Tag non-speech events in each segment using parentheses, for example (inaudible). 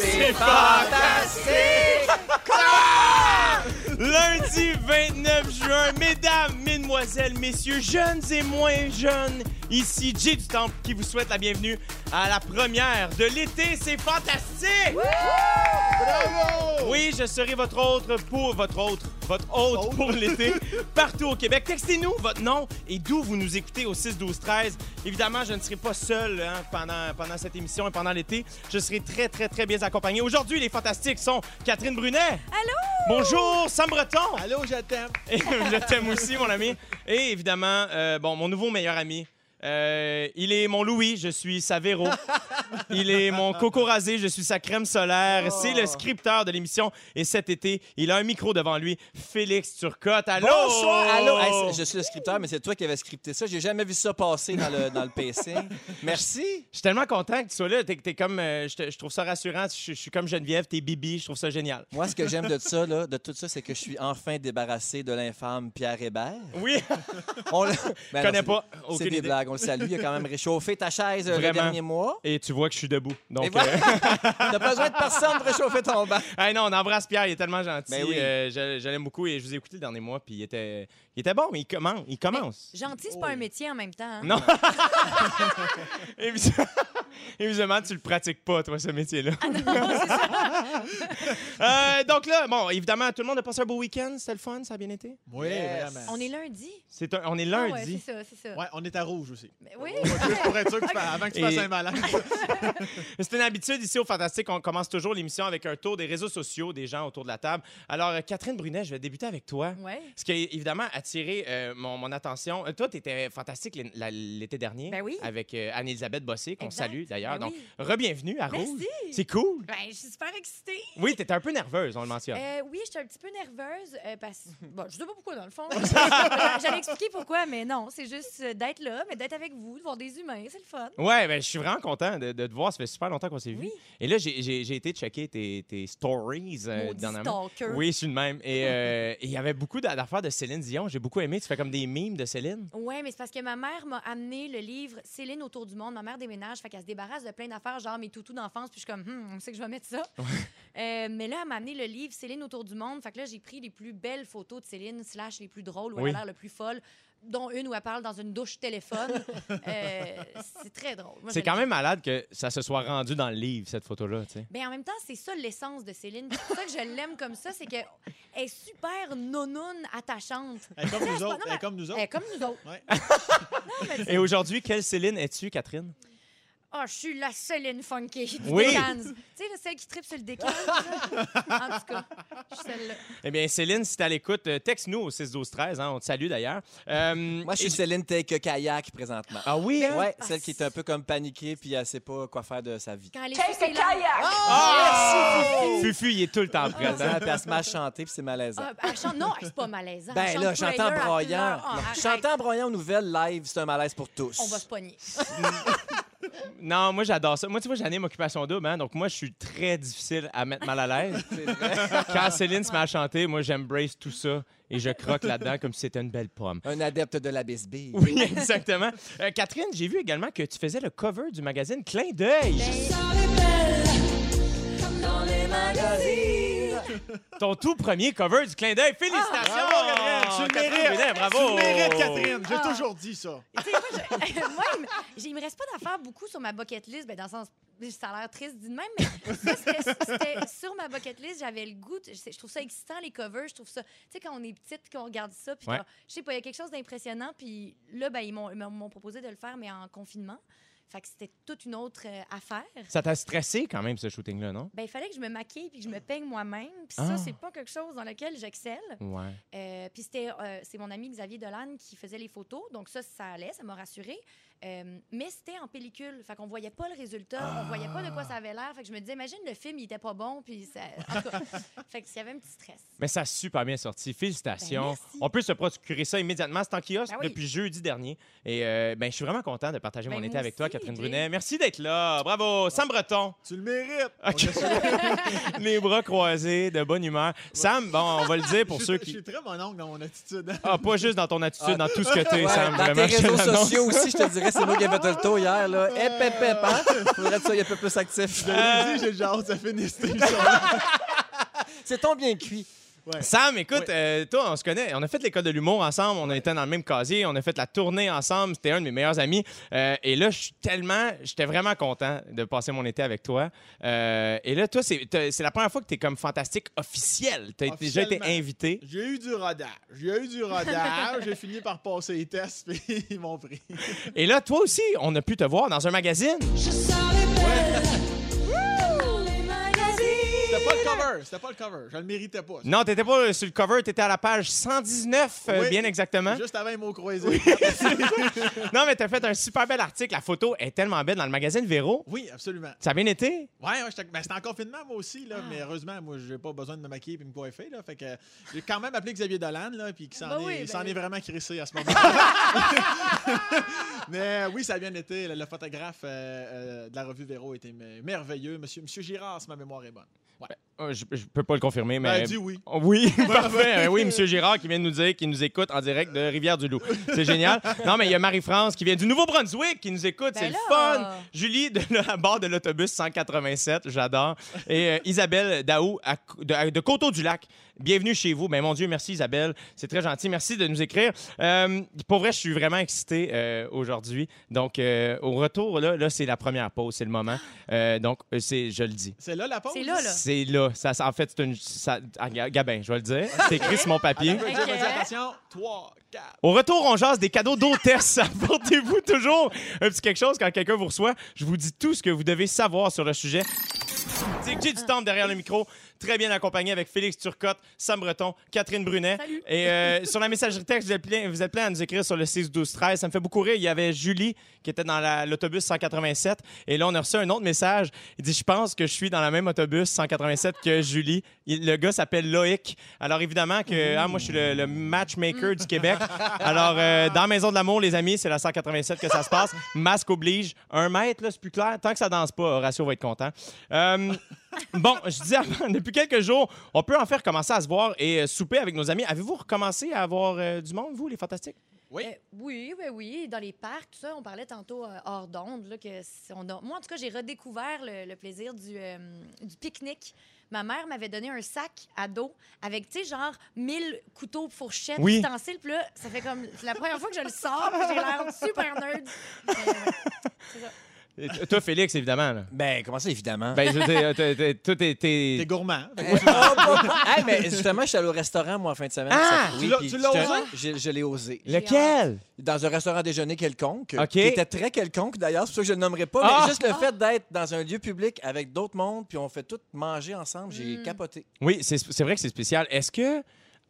C'est fantastique! Lundi 29 juin, mesdames, mesdemoiselles, messieurs, jeunes et moins jeunes, ici Jay du Temple qui vous souhaite la bienvenue à la première de l'été. C'est fantastique! Oui, je serai votre autre pour votre autre, votre hôte pour l'été partout au Québec. Textez-nous votre nom et d'où vous nous écoutez au 6 12 13. Évidemment, je ne serai pas seul hein, pendant pendant cette émission et pendant l'été. Je serai très très très bien accompagné. Aujourd'hui, les fantastiques sont Catherine Brunet. Allô. Bonjour, Sam Breton. Allô, je t'aime. Et (laughs) je t'aime aussi, mon ami. Et évidemment, euh, bon, mon nouveau meilleur ami. Euh, il est mon Louis, je suis (laughs) sa Véro. Il est mon coco rasé, je suis sa crème solaire. Oh. C'est le scripteur de l'émission. Et cet été, il a un micro devant lui, Félix Turcotte. Allô! Bonsoir. Allô. Hey, c'est- je suis le scripteur, mais c'est toi qui avais scripté ça. J'ai jamais vu ça passer dans le, dans le (laughs) PC. Merci. Je suis tellement content que tu sois là. T'es, t'es comme, euh, je, te- je trouve ça rassurant. Je, je suis comme Geneviève, t'es Bibi, je trouve ça génial. Moi, ce que j'aime de ça, là, de tout ça, c'est que je suis enfin débarrassé de l'infâme Pierre Hébert. (laughs) Oui, On le je Ben non, connais c'est- pas. C'est Aucune des idée. blagues, on le salue. Il a quand même réchauffé ta chaise euh, le Vraiment. dernier mois. Et tu vois que je suis debout. Donc, Et euh, voilà. (laughs) T'as pas besoin de personne pour réchauffer ton banc. Hey, non, on embrasse Pierre, il est tellement gentil. Ben oui. Euh, je, je l'aime beaucoup et je vous ai écouté le dernier mois, puis il était, il était bon, mais il commence. Il Ben, commence. Gentil, c'est pas un métier en même temps. hein. Oh Non. (laughs) Évidemment- Évidemment, tu le pratiques pas, toi, ce métier-là. Ah, (laughs) Euh, donc là, bon, évidemment, tout le monde a passé un beau week-end. C'était le fun, ça a bien été. Oui, Yes. vraiment. On est lundi. C'est un- on est Ah lundi. ouais, c'est ça, c'est ça. Ouais, on est à rouge (laughs) aussi. Mais Oui. Juste pour être sûr que tu fasses- avant que tu Et- fasses un (laughs) malin. C'est une habitude ici au Fantastique. On commence toujours l'émission avec un tour des réseaux sociaux des gens autour de la table. Alors, euh, Catherine Brunet, je vais débuter avec toi. (laughs) Ouais. Ce qui a évidemment attiré euh, mon, mon attention. Euh, toi, tu étais fantastique l'é- la- l'été dernier Ben oui. avec euh, Anne-Elisabeth Bossé, qu'on Exact. salue d'ailleurs. Ben Donc, oui. re-bienvenue à Rouge. Merci. C'est cool. Ben, je suis super excitée. Oui, t'étais un peu nerveuse, on le mentionne. Euh, oui, j'étais un petit peu nerveuse euh, Mhm. parce bon, je sais pas pourquoi dans (laughs) le fond. J'a- J'allais expliquer pourquoi, mais non, c'est juste euh, d'être là, mais d'être avec vous, de voir des humains, c'est le fun. Ouais, ben, je suis vraiment content de, de te voir. Ça fait super longtemps qu'on s'est vu. Oui. Et là, j'ai- j'ai j'ai été checker tes, tes stories euh, Maudit dernièrement. stalker. Oui, je suis le même. (laughs) Et euh, et il y avait beaucoup d'a- d'affaires de Céline Dion. J'ai beaucoup aimé. Tu fais comme des mimes de Céline. Ouais, mais c'est parce que ma mère m'a amené le livre Céline autour du monde. Ma mère déménage, fait qu'elle se débarrasse de plein d'affaires, genre mes toutous d'enfance. Puis je suis comme, hum, on sait que je vais mettre ça. Euh, mais là, elle m'a amené le livre Céline autour du monde. Fait que là, j'ai pris les plus belles photos de Céline, slash les plus drôles, où Oui. elle a l'air le plus folle, dont une où elle parle dans une douche (laughs) téléphone. Euh, c'est très drôle. Moi, C'est je quand l'aime. même malade que ça se soit rendu dans le livre, cette photo-là. tu sais. Ben, en même temps, c'est ça l'essence de Céline. C'est pour ça que je l'aime comme ça, c'est qu'elle est super nonoune, attachante. Elle est comme nous autres. Elle est comme nous Elle est autres. comme nous autres. Ouais. Et aujourd'hui, quelle Céline es-tu, Catherine? Ah, je suis la Céline funky du Oui. Decans. Tu sais, là, celle qui tripe sur le décan. là. en tout cas, je suis celle-là. Eh bien, Céline, si t'es à l'écoute, euh, texte-nous au 6-12-13. hein, on te salue d'ailleurs. Euh, Moi, je suis et- Céline Take Kayak présentement. Ah oui, hein? Ouais, Ah, celle qui est un peu comme paniquée puis elle sait pas quoi faire de sa vie. Quand elle est sous Take ses a lames- kayak. Ah! Fufu, il est tout le temps prêt. Puis hein? elle se met à chanter puis c'est malaisant. Ah, elle chante- Non, c'est pas malaisant. Elle Ben chante là, j'entends Prayer à broyant. pleure. Ah, Non, arrête. J'entends broyant aux nouvelles live, c'est un malaise pour tous. On va se pogner. Non, moi, j'adore ça. Moi, tu vois, j'anime Occupation Double, hein, donc moi, je suis très difficile à mettre mal (laughs) à l'aise. Quand Céline se met à chanter, moi, j'embrace tout ça et je croque là-dedans comme si c'était une belle pomme. Un adepte de la bisbille. (laughs) Oui, exactement. Euh, Catherine, j'ai vu également que tu faisais le cover du magazine Clin d'œil. Ton tout premier cover du Clin d'œil. Félicitations, Ah, Bravo, Ah, Catherine, tu le Catherine mérites. Brunet, bravo. Tu mérites, Ah. Catherine. J'ai toujours dit ça. Tu sais, moi, je- (laughs) moi, il me- j'ai- il me reste pas d'affaires beaucoup sur ma bucket list, ben, dans le sens. Ça a l'air triste dit de même, mais ça, c'était- c'était sur ma bucket list. J'avais le goût. de- je je trouve ça excitant, les covers. Je trouve ça. Tu sais, quand on est petite, qu'on regarde ça, puis Ouais. qu'on- je sais pas, il y a quelque chose d'impressionnant. Puis là, ben, ils m'ont- ils m'ont m'ont proposé de le faire, mais en confinement. Fait que c'était toute une autre euh, affaire. Ça t'a stressé quand même, ce shooting-là, non? Ben, il fallait que je me maquille puis que je me peigne moi-même. Puis Ah. ça, c'est pas quelque chose dans lequel j'excelle. Ouais. Euh, puis c'était, euh, c'est mon ami Xavier Dolan qui faisait les photos, donc ça, ça allait, ça m'a rassurée. Euh, mais c'était en pellicule, fait qu'on voyait pas le résultat, on voyait pas de quoi ça avait l'air, fait que je me disais, imagine le film, il était pas bon, puis ça... En tout cas, fait qu'il y avait un petit stress. Mais ça a super bien sorti. Félicitations. Ben, merci. On peut se procurer ça immédiatement. C'est en kiosque Ben oui. depuis jeudi dernier. Et euh, ben, je suis vraiment content de partager Ben, mon moi été avec toi, aussi, Catherine Jay. Brunet. Merci d'être là. Bravo. Sam Breton, Tu le mérites. (laughs) Ok. (laughs) les bras croisés, de bonne humeur. Sam, bon, on va le dire (laughs) pour je, ceux je qui. suis très mon oncle dans mon attitude. Ah, pas juste dans ton attitude, dans tout ce que tu es, Ouais, Sam. dans vraiment, tes je te réseaux l'annonce. sociaux aussi, je te dirais, vrai, c'est moi qui ai fait le tour hier, là. Hep, hep, hep, hein? Faudrait que ça, il est un peu plus actif. (laughs) Je l'ai dit, j'ai déjà hâte, ça finit (laughs) cette émission. C'est ton bien cuit. Ouais. Sam, écoute, Ouais. euh, toi, on se connaît. On a fait l'école de l'humour ensemble. On a été dans le même casier. On a fait la tournée ensemble. C'était un de mes meilleurs amis. Euh, et là, je suis tellement. J'étais vraiment content de passer mon été avec toi. Euh, et là, toi, c'est t'as- c'est la première fois que tu es comme fantastique officiel. Tu as déjà été Officiellement. invité. J'ai eu du rodage. J'ai eu du rodage. J'ai fini par passer les tests, (laughs) puis ils m'ont pris. Et là, toi aussi, on a pu te voir dans un magazine. Je sors les belles dans les C'était magazines. pas le cover. C'était pas le cover. Je le méritais pas. Non, t'étais pas sur le cover, t'étais à la page 119, euh, Oui. bien exactement. Juste avant les mots croisés. Non, mais t'as fait un super bel article. La photo est tellement belle dans le magazine Véro. (laughs) Oui, absolument. Ça a bien été? Ouais, ouais, j'étais- ben, c'était en confinement, moi aussi, là, Ah. mais heureusement, moi, j'ai pas besoin de me maquiller et me coiffer, là. Fait que euh, j'ai quand même appelé Xavier Dolan, là, puis qui s'en Bah est, oui, il ben s'en oui. est vraiment crissé à ce moment-là. (laughs) mais oui, ça a bien été. Le, le photographe euh, euh, de la revue Véro était me- merveilleux. Monsieur, Monsieur Girard, si ma mémoire est bonne. Euh, Je, je peux pas le confirmer, Ben, mais. dis oui. Oh, (laughs) Oui, parfait. Euh, Oui, M. Girard qui vient de nous dire qu'il nous écoute en direct de Rivière-du-Loup. C'est (laughs) génial. Non, mais il y a Marie-France qui vient du Nouveau-Brunswick qui nous écoute. Ben c'est le là. fun. Julie de la (laughs) barre de l'autobus 187, j'adore. Et euh, Isabelle Daou à- de, à- de Coteau-du-Lac. Bienvenue chez vous. Ben, mon Dieu, merci Isabelle. C'est très gentil. Merci de nous écrire. Euh, pour vrai, je suis vraiment excité euh, aujourd'hui. Donc, euh, au retour, là, là c'est la première pause. C'est le moment. Euh, donc, euh, c'est, je le dis. C'est là la pause? Ah, C'est là, là. C'est là. Ça, ça- en fait, c'est une. ça- ah, Ga- Gabin, je vais le (laughs) dire. C'est écrit sur mon papier. Attends, vas-y, vas-y, Ok. ben, attention. 3, 4. Au retour, on jase des cadeaux d'hôtesse. (laughs) Apportez-vous toujours un petit quelque chose quand quelqu'un vous reçoit. Je vous dis tout ce que vous devez savoir sur le sujet. C'est J'ai du temps derrière le micro, très bien accompagné avec Félix Turcotte, Sam Breton, Catherine Brunet. Salut. Et euh, sur la messagerie texte, vous êtes, plein, vous êtes plein à nous écrire sur le 6-12-13. Ça me fait beaucoup rire. Il y avait Julie qui était dans la- l'autobus 187. Et là, on a reçu un autre message. Il dit Je pense que je suis dans la même autobus 187 que Julie. Il- le gars s'appelle Loïc. Alors, évidemment, que ah, moi, je suis le, le matchmaker du Québec. Alors, euh, dans Maison de l'amour, les amis, c'est la 187 que ça se passe. Masque oblige. Un mètre, là, c'est plus clair. Tant que ça danse pas, Horatio va être content. Euh, Bon, je disais avant, (laughs) depuis quelques jours, on peut en faire commencer à se voir et euh, souper avec nos amis. Avez-vous recommencé à avoir euh, du monde, vous, les fantastiques? Oui. Euh, oui, oui, oui. Dans les parcs, tout ça, on parlait tantôt euh, hors d'onde. là, que si on a- Moi, en tout cas, j'ai redécouvert le, le plaisir du, euh, du pique-nique. Ma mère m'avait donné un sac à dos avec, tu sais, genre 1000 couteaux, fourchettes, Oui. ustensiles. Puis là, ça fait comme. C'est la première fois que je le sors. puis J'ai l'air (laughs) super nerd. Euh, Mais, ouais. Et t- Toi, Félix, évidemment. là. Ben, (laughs) comment ça, Ah. évidemment? (laughs) Ben, je veux dire, t'es- t'es- toi, t'es- t'es- T'es gourmand. Fait que Oh, oh, oh. Hey, mais justement, je suis allé au restaurant, moi, en fin de semaine. Ah! Ça- Tu l'as- puis tu l'as j'étais- osé? j'ai- Je l'ai osé. Lequel? Dans un restaurant à déjeuner quelconque. euh, OK. Qui était très quelconque, d'ailleurs. C'est pour ça que je ne le nommerai pas. Ah! Mais juste le fait d'être dans un lieu public avec d'autres mondes, puis on fait tout manger ensemble, Hmm. j'ai capoté. Oui, c'est c'est vrai que c'est spécial. Est-ce que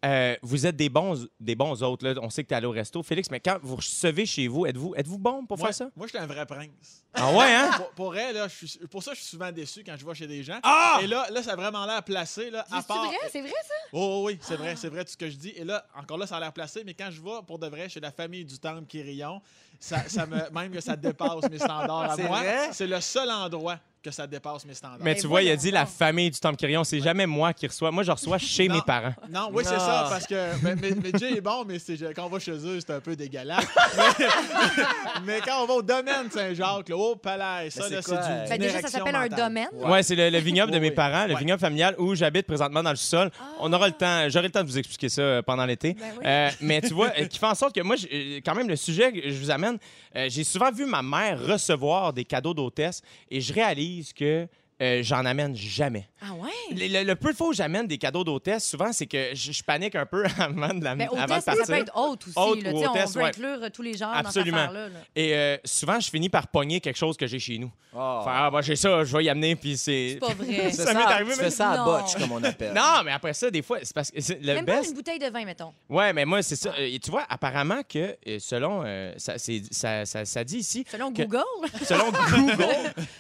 euh, vous êtes des bons, des bons autres? Là? On sait que t'es allé au resto. Félix, mais quand vous recevez chez vous, êtes-vous êtes bon pour Moi, faire ça? moi, j'étais un vrai prince. Ah ouais, (laughs) hein? pour, pour vrai, là, je suis- pour ça, je suis souvent déçu quand je vois chez des gens. Ah! Et là, là, ça a vraiment l'air placé, là, à C'est part. vrai? C'est vrai, euh, ça? Oh, oui, c'est vrai, c'est vrai tout ce que je dis. Et là, encore là, ça a l'air placé, mais quand je vois pour de vrai chez la famille du Temple Quirillon, ça, ça me, (laughs) même que ça dépasse mes standards à C'est moi, vrai? c'est le seul endroit que ça dépasse mes standards. Mais Ben tu vois, il a voyons dit la donc. famille du Tom Kirion. C'est jamais moi qui reçois. Moi, je reçois chez Non. mes parents. Non, oui, c'est Non. ça, parce que. Mais, mais, mais Jay est bon, mais c'est- quand on va chez eux, c'est un peu dégueulasse. (laughs) mais, mais quand on va au domaine Saint-Jacques, là, au palais, ça, c'est là, c'est quoi? du. Ben, Ben, une déjà, ça érection s'appelle un mentale. domaine. Ouais. Ouais, c'est le, le vignoble (laughs) de mes Oui. parents, le Ouais. vignoble familial où j'habite présentement dans le sol. On aura le temps, j'aurai le temps de vous expliquer ça euh, pendant l'été. Ah. Ben oui. Euh, mais tu (laughs) vois, euh, qui fait en sorte que moi, j'ai- euh, quand même, le sujet que je vous amène, euh, j'ai souvent vu ma mère recevoir des cadeaux d'hôtesse et je réalise que euh, j'en amène jamais. Ah ouais? Le, le- le peu de fois où j'amène des cadeaux d'hôtesse, souvent, c'est que je, je panique un peu (laughs) avant de, la, Ben, avant de hôtesse, mais partir. ça peut être haute aussi. Hôte là, ou tu sais, on hôtesse, veut ouais. inclure euh, tous les genres Absolument. dans cette affaire-là. là. Et euh, souvent, je finis par pogner quelque chose que j'ai chez nous. Ah. Faire, ah, bah, j'ai ça, je vais y amener, puis c'est. C'est pas vrai. Tu fais Ça m'est arrivé, tu mais- fais ça à Non. botch, comme on appelle. (laughs) Non, mais après ça, des fois, c'est parce que c'est- le Même pas best. une bouteille de vin, mettons. Ouais, mais moi, c'est ça. Euh, Et tu vois, apparemment que euh, selon. euh, ça, c'est- ça, ça- ça dit ici. Selon que- Google. Selon Google,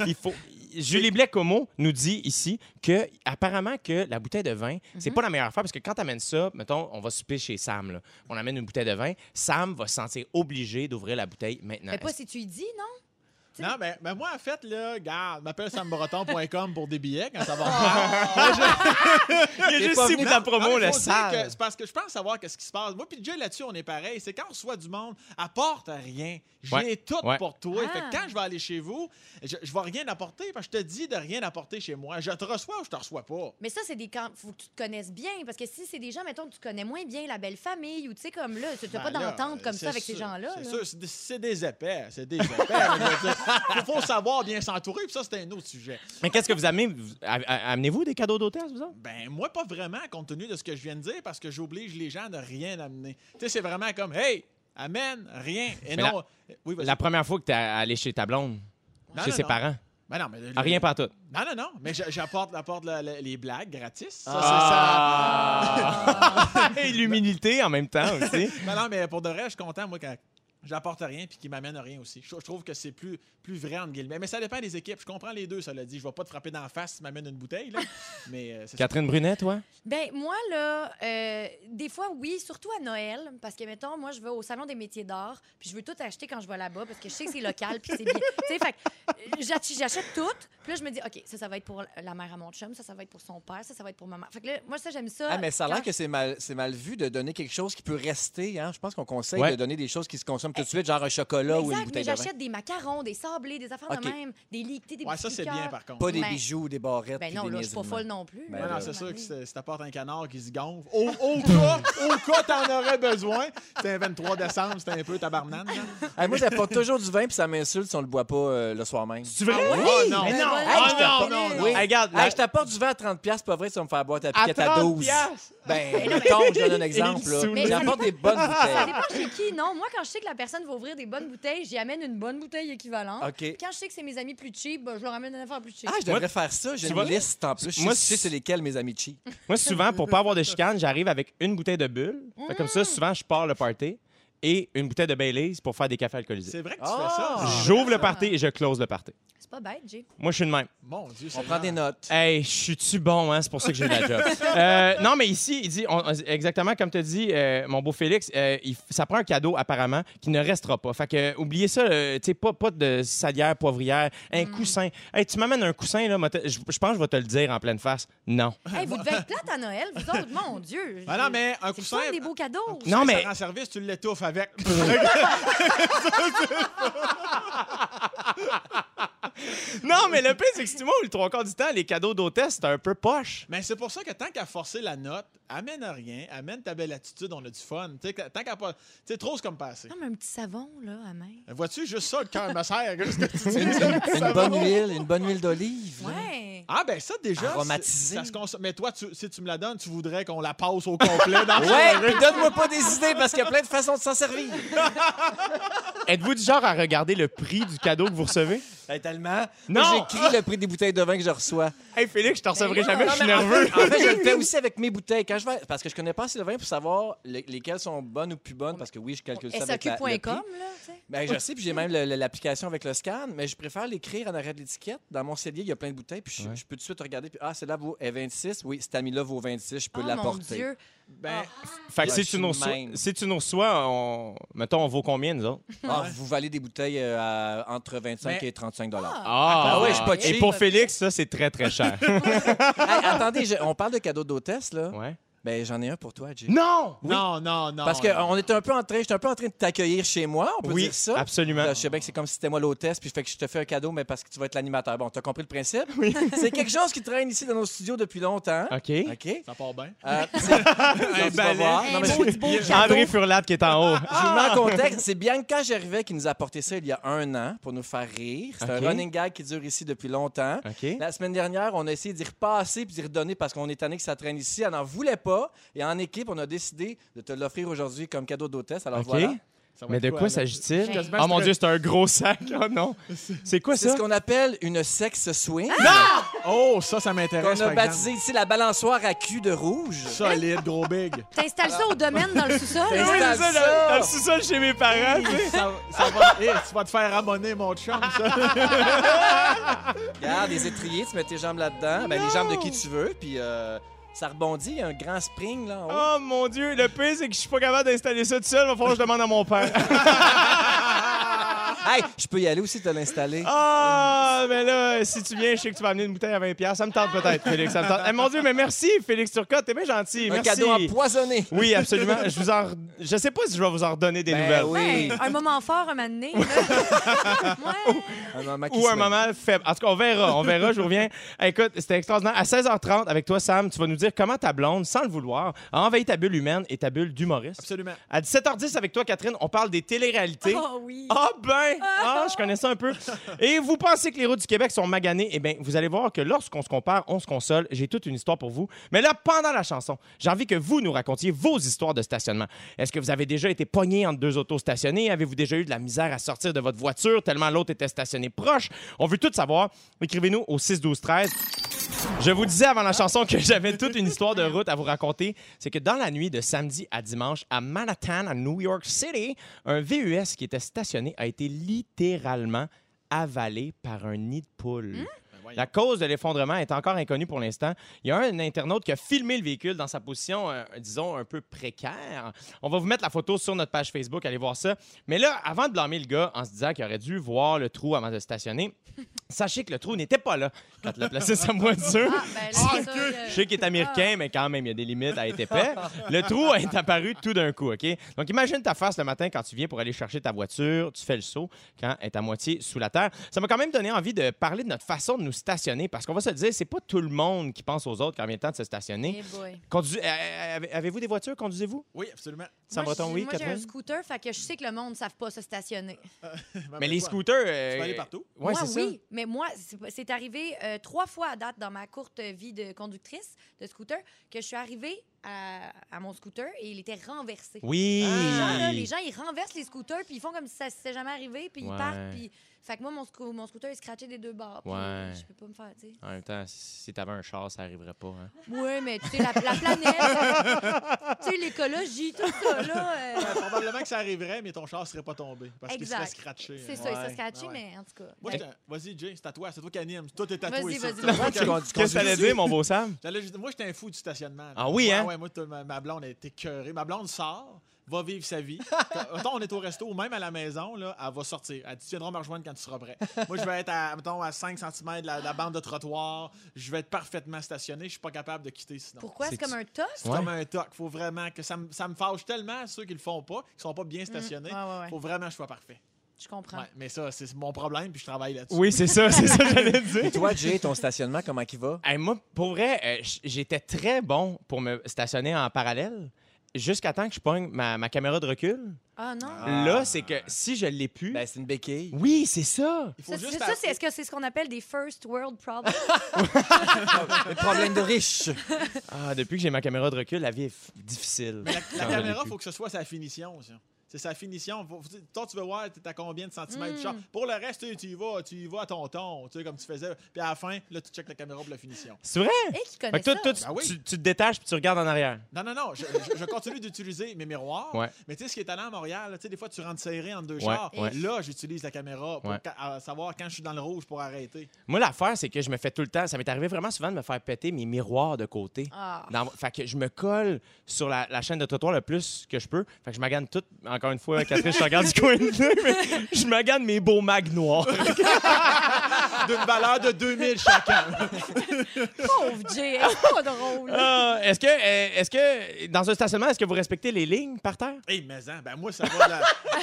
il faut. Julie Blais-Como nous dit ici que apparemment que la bouteille de vin, c'est pas la meilleure affaire parce que quand t'amènes ça, mettons, on va souper chez Sam, là. on amène une bouteille de vin, Sam va se sentir obligé d'ouvrir la bouteille maintenant. Mais pas si tu y dis, non? Tu sais, Non, mais mais moi, en fait, là, regarde, m'appelle sambreton.com pour des billets quand ça Oh, va reprendre. Il a T'es juste pas ciblé venu- ta Non, mais promo, faut le dire que sale. C'est parce que je pense savoir qu'est-ce qui se passe. Moi, puis Jay, là-dessus, on est pareil. C'est quand on reçoit du monde, apporte rien. J'ai Ouais. tout Ouais. pour toi. Ah. Fait que quand je vais aller chez vous, je, je vais rien apporter parce que je te dis de rien apporter chez moi. Je te reçois ou je te reçois pas. Mais ça, c'est des camps. Faut que tu te connaisses bien. Parce que si c'est des gens, mettons, que tu connais moins bien la belle famille ou tu sais, comme là, tu n'as pas Ben là, d'entente comme c'est ça avec ces sûr, gens-là. C'est là. sûr, c'est des- c'est des épais. C'est des épais. (laughs) Il faut savoir bien s'entourer, puis ça, c'est un autre sujet. Mais qu'est-ce que vous amenez? Vous- a- a- Amenez-vous des cadeaux d'hôtesse, vous autres? Ben, moi, pas vraiment, compte tenu de ce que je viens de dire, parce que j'oblige les gens de rien amener. Tu sais, c'est vraiment comme, hey, amène rien. Et Mais non. Oui, vas-y. La première fois que t'es allé chez ta blonde, Non, chez non, ses non. parents, Ben non, mais le- rien par tout. Non, non, non, mais j'a- j'apporte j'apporte la- la- les blagues gratis. Ça, Ah! (laughs) Et l'humilité en même temps (laughs) aussi. c'est ça. Ben non, mais pour de vrai, je suis content, moi, quand j'apporte rien puis qu'ils m'amènent rien aussi. Je, je trouve que c'est plus, plus vrai, entre guillemets. Mais ça dépend des équipes. Je comprends les deux, ça l'a dit. Je vais pas te frapper dans la face si tu m'amènes une bouteille, là. Mais euh, c'est ça. Catherine Brunet, toi? Ben moi là, euh, des fois oui, surtout à Noël, parce que mettons moi je vais au salon des métiers d'art, puis je veux tout acheter quand je vais là-bas parce que je sais que c'est local, puis c'est bien. tu sais, fait que, euh, j'ach- j'achète tout, puis là je me dis ok ça ça va être pour la mère à mon chum, ça ça va être pour son père, ça ça va être pour maman. Fait que là moi ça j'aime ça. Ah, mais ça a l'air Quand- que c'est mal, c'est mal vu de donner quelque chose qui peut rester. Hein? Je pense qu'on conseille Ouais. de donner des choses qui se consomment tout de suite, genre un chocolat ou une Exact, mais bouteille de vin. j'achète des macarons, des sablés, des affaires Ok. de même, des liquides, des Ouais, petits ça, c'est liqueurs. bien, par contre. Pas des Ben- bijoux ou des barrettes. Ben puis non, des là, je suis pas niaiseries de folle même. non plus. Ben Ouais, là, non, là, c'est sûr que Marie. c'est- si t'apportes un canard qui se gonfle, au, au cas, au cas t'en aurais besoin. C'était un 23 décembre, c'était un peu tabarnane. là. Hey, moi, j'apporte toujours du vin puis ça m'insulte si on le boit pas euh, le soir même. Tu vrai? Ah ouais? Oh, Oui, non! mais Mais non! voilà. Ah, Hey, je non, te non, connais. non! Oui. Hey, regarde, Hey, je t'apporte du vin à 30$, pièces, pas vrai, tu vas me faire boire ta piquette à, 30 12. piastres. Ben, mettons, je donne (laughs) un exemple. Émilie là. Soule. Mais ça J'apporte des bonnes Ça bouteilles. dépend chez qui, non. Moi, quand je sais que la personne va ouvrir des bonnes bouteilles, j'y amène une bonne bouteille équivalente. OK. Quand je sais que c'est mes amis plus cheap, ben, je leur amène une affaire plus cheap. Ah, je devrais faire ça. J'ai tu une vois- liste en plus. Moi, Moi, je sais c'est c'est- lesquels mes amis cheap. Moi, souvent, pour pas avoir de chicane, j'arrive avec une bouteille de bulle. Fait comme ça, souvent, je pars le party et une bouteille de Baileys pour faire des cafés alcoolisés. C'est vrai que tu Ah! fais ça. J'ouvre le party et je close le party. C'est pas bête, Jay. Moi, je suis le même. Mon Dieu, Ah. On prend des (laughs) notes. Hey, je suis-tu bon, hein? C'est pour ça que j'ai (laughs) la job. Euh, non, mais ici, il dit, on- on- exactement comme tu dit, euh, mon beau Félix, euh, il f- ça prend un cadeau, apparemment, qui ne restera pas. Fait que, euh, oubliez ça, euh, tu sais, pas, pas de salière, poivrière, un coussin. Hey, tu m'amènes un coussin, là, moi, te- je je pense que je vais te le dire en pleine face. (laughs) Non. Hey, vous devez être plate à Noël, vous autres, mon Dieu. Ben non, mais un C'est le coussin. fun, des beaux cadeaux. Non, mais- En service, tu l'étouffes avec. Non, mais le pire, c'est que si tu vois, le trois quarts du temps, les cadeaux d'hôtesse, c'est un peu poche. Mais c'est pour ça que tant qu'à forcer la note, amène à rien, amène ta belle attitude, on a du fun. Tu sais, que- tant qu'à pas. Tu sais, trop, c'est comme passé. Non, mais un petit savon, là, à main. Vois-tu, juste ça, le cœur me serre. regarde ce que (laughs) tu dis. Une bonne huile, une bonne huile d'olive. là. Ouais. Ah, ben ça, déjà. Aromatisé. c'est- Ça se consomme. Mais toi, tu- si tu me la donnes, tu voudrais qu'on la passe au complet Oh. dans la Ouais, soirée. puis donne-moi pas des idées parce qu'il y a plein de façons de s'en servir. Êtes-vous du genre à regarder le prix du cadeau que vous recevez? Hey, tellement. Ben, Non! Moi, J'écris le prix des bouteilles de vin que je reçois. Hey, Félix, je te recevrai non, jamais, je suis Non, mais en fait- nerveux. En fait, je le fais aussi avec mes bouteilles. Quand je vais, parce que je connais pas assez le vin pour savoir le- lesquelles sont bonnes ou plus bonnes, parce que oui, je calcule ça avec la, le prix. SAQ.com, là, tu sais. Ben, je sais, puis j'ai même le- le- l'application avec le scan, mais je préfère l'écrire en arrêt de l'étiquette. Dans mon cellier, il y a plein de bouteilles, puis je, Ouais. je peux tout de suite regarder, puis ah, celle-là vaut est 26, oui, cet ami-là vaut 26, je peux Oh, mon l'apporter. Dieu. Ben, Fait que Ouais, si, je tu suis nous le reçois, même. si tu nous reçois, on... mettons, on vaut combien, nous autres? Ah, vous valez des bouteilles euh, à- entre 25 Mais- et 35 dollars. Ah, Ah ouais, je suis pas Et cheap. pour Félix, ça, c'est très, (laughs) très cher. Ah! attendez, je- on parle de cadeaux d'hôtesse, là. ouais. Ben, j'en ai un pour toi, Jay. Non! Non, non, non. Parce non. qu'on était un peu en train, j'étais un peu en train de t'accueillir chez moi, on peut Oui, dire ça. absolument. Je sais bien que c'est comme si c'était moi l'hôtesse, puis fait que je te fais un cadeau, mais parce que tu vas être l'animateur. Bon, t'as compris le principe? c'est quelque chose qui traîne ici dans nos studios depuis longtemps. OK. OK. Ça part bien. (laughs) Euh, c'est- Non, tu vas balai. Ah! voir. Non, mais je- André Furlat qui est (laughs) en haut. je vous mets en contexte, c'est Bianca Gervais qui nous a apporté ça il y a un an pour nous faire rire. C'est OK. un running gag qui dure ici depuis longtemps. OK. La semaine dernière, on a essayé d'y repasser puis d'y redonner parce qu'on est tanné que ça traîne ici. Elle n'en voulait pas. Et en équipe, on a décidé de te l'offrir aujourd'hui comme cadeau d'hôtesse. Alors OK. voilà. Ça va Mais être de quoi là? s'agit-il? Quasiment, Oh mon Dieu, c'est un gros sac. Oh non. C'est quoi C'est ça? Ah! ce qu'on appelle une sex swing. Oh, ça, ça m'intéresse. qu'on a par exemple. baptisé ici la balançoire à cul de rouge. Solide, (laughs) gros big. T'installes ça au domaine dans le sous-sol, Ah, Oui, hein? T'insta- c'est ça, dans, dans le sous-sol chez mes parents. tu sais. ça, ça va, Eh, tu vas te faire abonner, mon chum. Ah. Ça. Regarde, des étriers, tu mets tes jambes là-dedans. Ben, les jambes de qui tu veux. Puis euh, ça rebondit. Il y a un grand spring là en haut. Oh mon Dieu, le pire, c'est que je suis pas capable d'installer ça tout seul. Il va falloir que je demande à mon père. Hey, je peux y aller aussi te l'installer. (laughs) Ah, mais là, si tu viens, je sais que tu vas amener une bouteille à 20$. Ça me tente peut-être, Félix. Ça me tente. Eh, mon Dieu, mais merci, Félix Turcotte. T'es bien gentil. un merci. cadeau empoisonné. Oui, absolument. Je vous en... Je sais pas si je vais vous en redonner des Ben nouvelles. oui. Ouais, un moment fort, un moment donné. là. Ouais. Un moment qui Ou se un met. moment faible. En tout cas, on verra. On verra, je vous reviens. Écoute, c'était extraordinaire. À 16h30, avec toi, Sam, tu vas nous dire comment ta blonde, sans le vouloir, a envahi ta bulle humaine et ta bulle d'humoriste. Absolument. À 17h10, avec toi, Catherine, on parle des téléréalités. Oh oui. Ah ben, ah, je connais ça un peu. Et vous pensez que les routes du Québec sont maganées? Eh bien, vous allez voir que lorsqu'on se compare, on se console. J'ai toute une histoire pour vous. Mais là, pendant la chanson, j'ai envie que vous nous racontiez vos histoires de stationnement. Est-ce que vous avez déjà été pogné entre deux autos stationnées? Avez-vous déjà eu de la misère à sortir de votre voiture tellement l'autre était stationné proche? On veut tout savoir. Écrivez-nous au 6-12-13. Je vous disais avant la chanson que j'avais toute une histoire de route à vous raconter. C'est que dans la nuit de samedi à dimanche, à Manhattan, à New York City, un VUS qui était stationné a été littéralement avalé par un nid de poule. Ben, voyons. La cause de l'effondrement est encore inconnue pour l'instant. Il y a un internaute qui a filmé le véhicule dans sa position, euh, disons, un peu précaire. On va vous mettre la photo sur notre page Facebook, allez voir ça. Mais là, avant de blâmer le gars en se disant qu'il aurait dû voir le trou avant de stationner, sachez que le trou n'était pas là quand il a placé sa voiture. Ah, ben là, Ah, ça, ok. là. Je sais qu'il est américain, mais quand même, il y a des limites à être épais. Le trou est apparu tout d'un coup, OK? Donc, imagine ta face le matin quand tu viens pour aller chercher ta voiture, tu fais le saut quand elle est à moitié sous la terre. Ça m'a quand même donné envie de parler de notre façon de nous stationner parce qu'on va se le dire, c'est pas tout le monde qui pense aux autres quand vient le temps de se stationner. Eh boy. Conduis- euh, avez- Avez-vous des voitures? Conduisez-vous? Oui, absolument. Sam Moi, Breton, j'ai- oui, Moi, j'ai un Catherine? scooter, fait que je sais que le monde ne savent pas se stationner. Mais les toi, scooters. euh, Tu peux aller partout. Ouais, moi, c'est ça. oui, mais moi, c'est pas- c'est arrivé euh, trois fois à date dans ma courte vie de conductrice de scooter que je suis arrivée à, à mon scooter et il était renversé. Oui. Les, gens, là, Ah, les gens, ils renversent les scooters, puis ils font comme si ça s'était jamais arrivé, puis Ouais. ils partent, puis... Fait que moi, mon, scoo- mon scooter, il est scratché des deux bords, puis Ouais. je peux pas me faire, tu sais. En même temps, si t'avais un char, ça arriverait pas. hein. Oui, mais tu sais, la, la planète, tu sais, l'écologie, tout (laughs) ça, là... euh, Ouais, probablement que ça arriverait, mais ton char serait pas tombé. Parce qu'il Exact. serait scratché. C'est hein. ça, il Ouais. s'est scratché, Ouais, ouais. mais en tout cas... Moi, j'étais- Vas-y, Jay, c'est à toi. C'est toi qui anime. Toi, t'es tatoué. Vas-y, ici. vas-y, C'est toi vas-y. qui anime. Conduis- Qu'est-ce que conduis- t'allais dire, mon beau Sam? J'allais juste- Moi, j'étais un fou du stationnement. là. Ah oui, Ouais, hein? ouais, moi, tout- ma, ma blonde était curée. Ma blonde sort, va vivre (laughs) sa vie. Quand- mettons, on est au resto ou même à la maison, là, elle va sortir. Elle dit Tu viendras me rejoindre quand tu seras prêt. moi, je vais être à, mettons, à 5 cm de la, de la bande de trottoir. Je vais être parfaitement stationné. Je suis pas capable de quitter sinon. Pourquoi? C'est C'est-tu- comme un toc? C'est Ouais. comme un toc. Faut vraiment que ça me ça me fâche tellement ceux qui le font pas, qui sont pas bien stationnés. Ouais, ouais, ouais. Faut vraiment que je sois parfait. Je comprends. Ouais, mais ça, c'est mon problème, puis je travaille là-dessus. Oui, c'est ça, c'est ça que j'allais dire. Et toi, Jay, ton stationnement, comment il va? Hey, moi, pour vrai, euh, j- j'étais très bon pour me stationner en parallèle jusqu'à temps que je pogne ma, ma caméra de recul. Ah non? Ah. Là, c'est que si je l'ai plus. Ben, c'est une béquille. oui, c'est ça. Il faut Ça, juste c'est- ça, c'est est-ce que c'est ce qu'on appelle des first world problems? Un problème de riche. Ah, depuis que j'ai ma caméra de recul, la vie est f- difficile. Mais la, la Quand je l'ai caméra, plus. faut que ce soit sa finition. ça. C'est sa finition. Faut- faut- Toi, tu veux voir, t'es à combien de centimètres du Mm. char. Pour le reste, tu sais, tu y vas, tu y vas à ton ton, tu sais, comme tu faisais. Puis à la fin, là, tu checkes la caméra pour la finition. C'est vrai? Et qui connaît Fait que toi, Eh, ça? toi, tu, Ben oui. tu- tu te détaches puis tu regardes en arrière. Non, non, non, je, je- je continue d'utiliser mes miroirs. Ouais. Mais tu sais, ce qui est talent à Montréal, là, tu sais, des fois, tu rentres serré entre deux Ouais, chars. ouais. Là, j'utilise la caméra pour Ouais. ca- à savoir quand je suis dans le rouge pour arrêter. Moi, l'affaire, c'est que je me fais tout le temps. Ça m'est arrivé vraiment souvent de me faire péter mes miroirs de côté. Ah. Dans- fait que je me colle sur la, la chaîne de trottoir le plus que je peux. Fait que je magane tout. Encore une fois, Catherine, je te regarde du coin de l'œil, mais je magane mes beaux mags noirs. D'une valeur de 2000 chacun. Pauvre Jay, hein, c'est pas drôle. Ah, est-ce que, euh, est-ce que, dans un stationnement, est-ce que vous respectez les lignes par terre? Hé, mais hein, ben moi, ça va de la-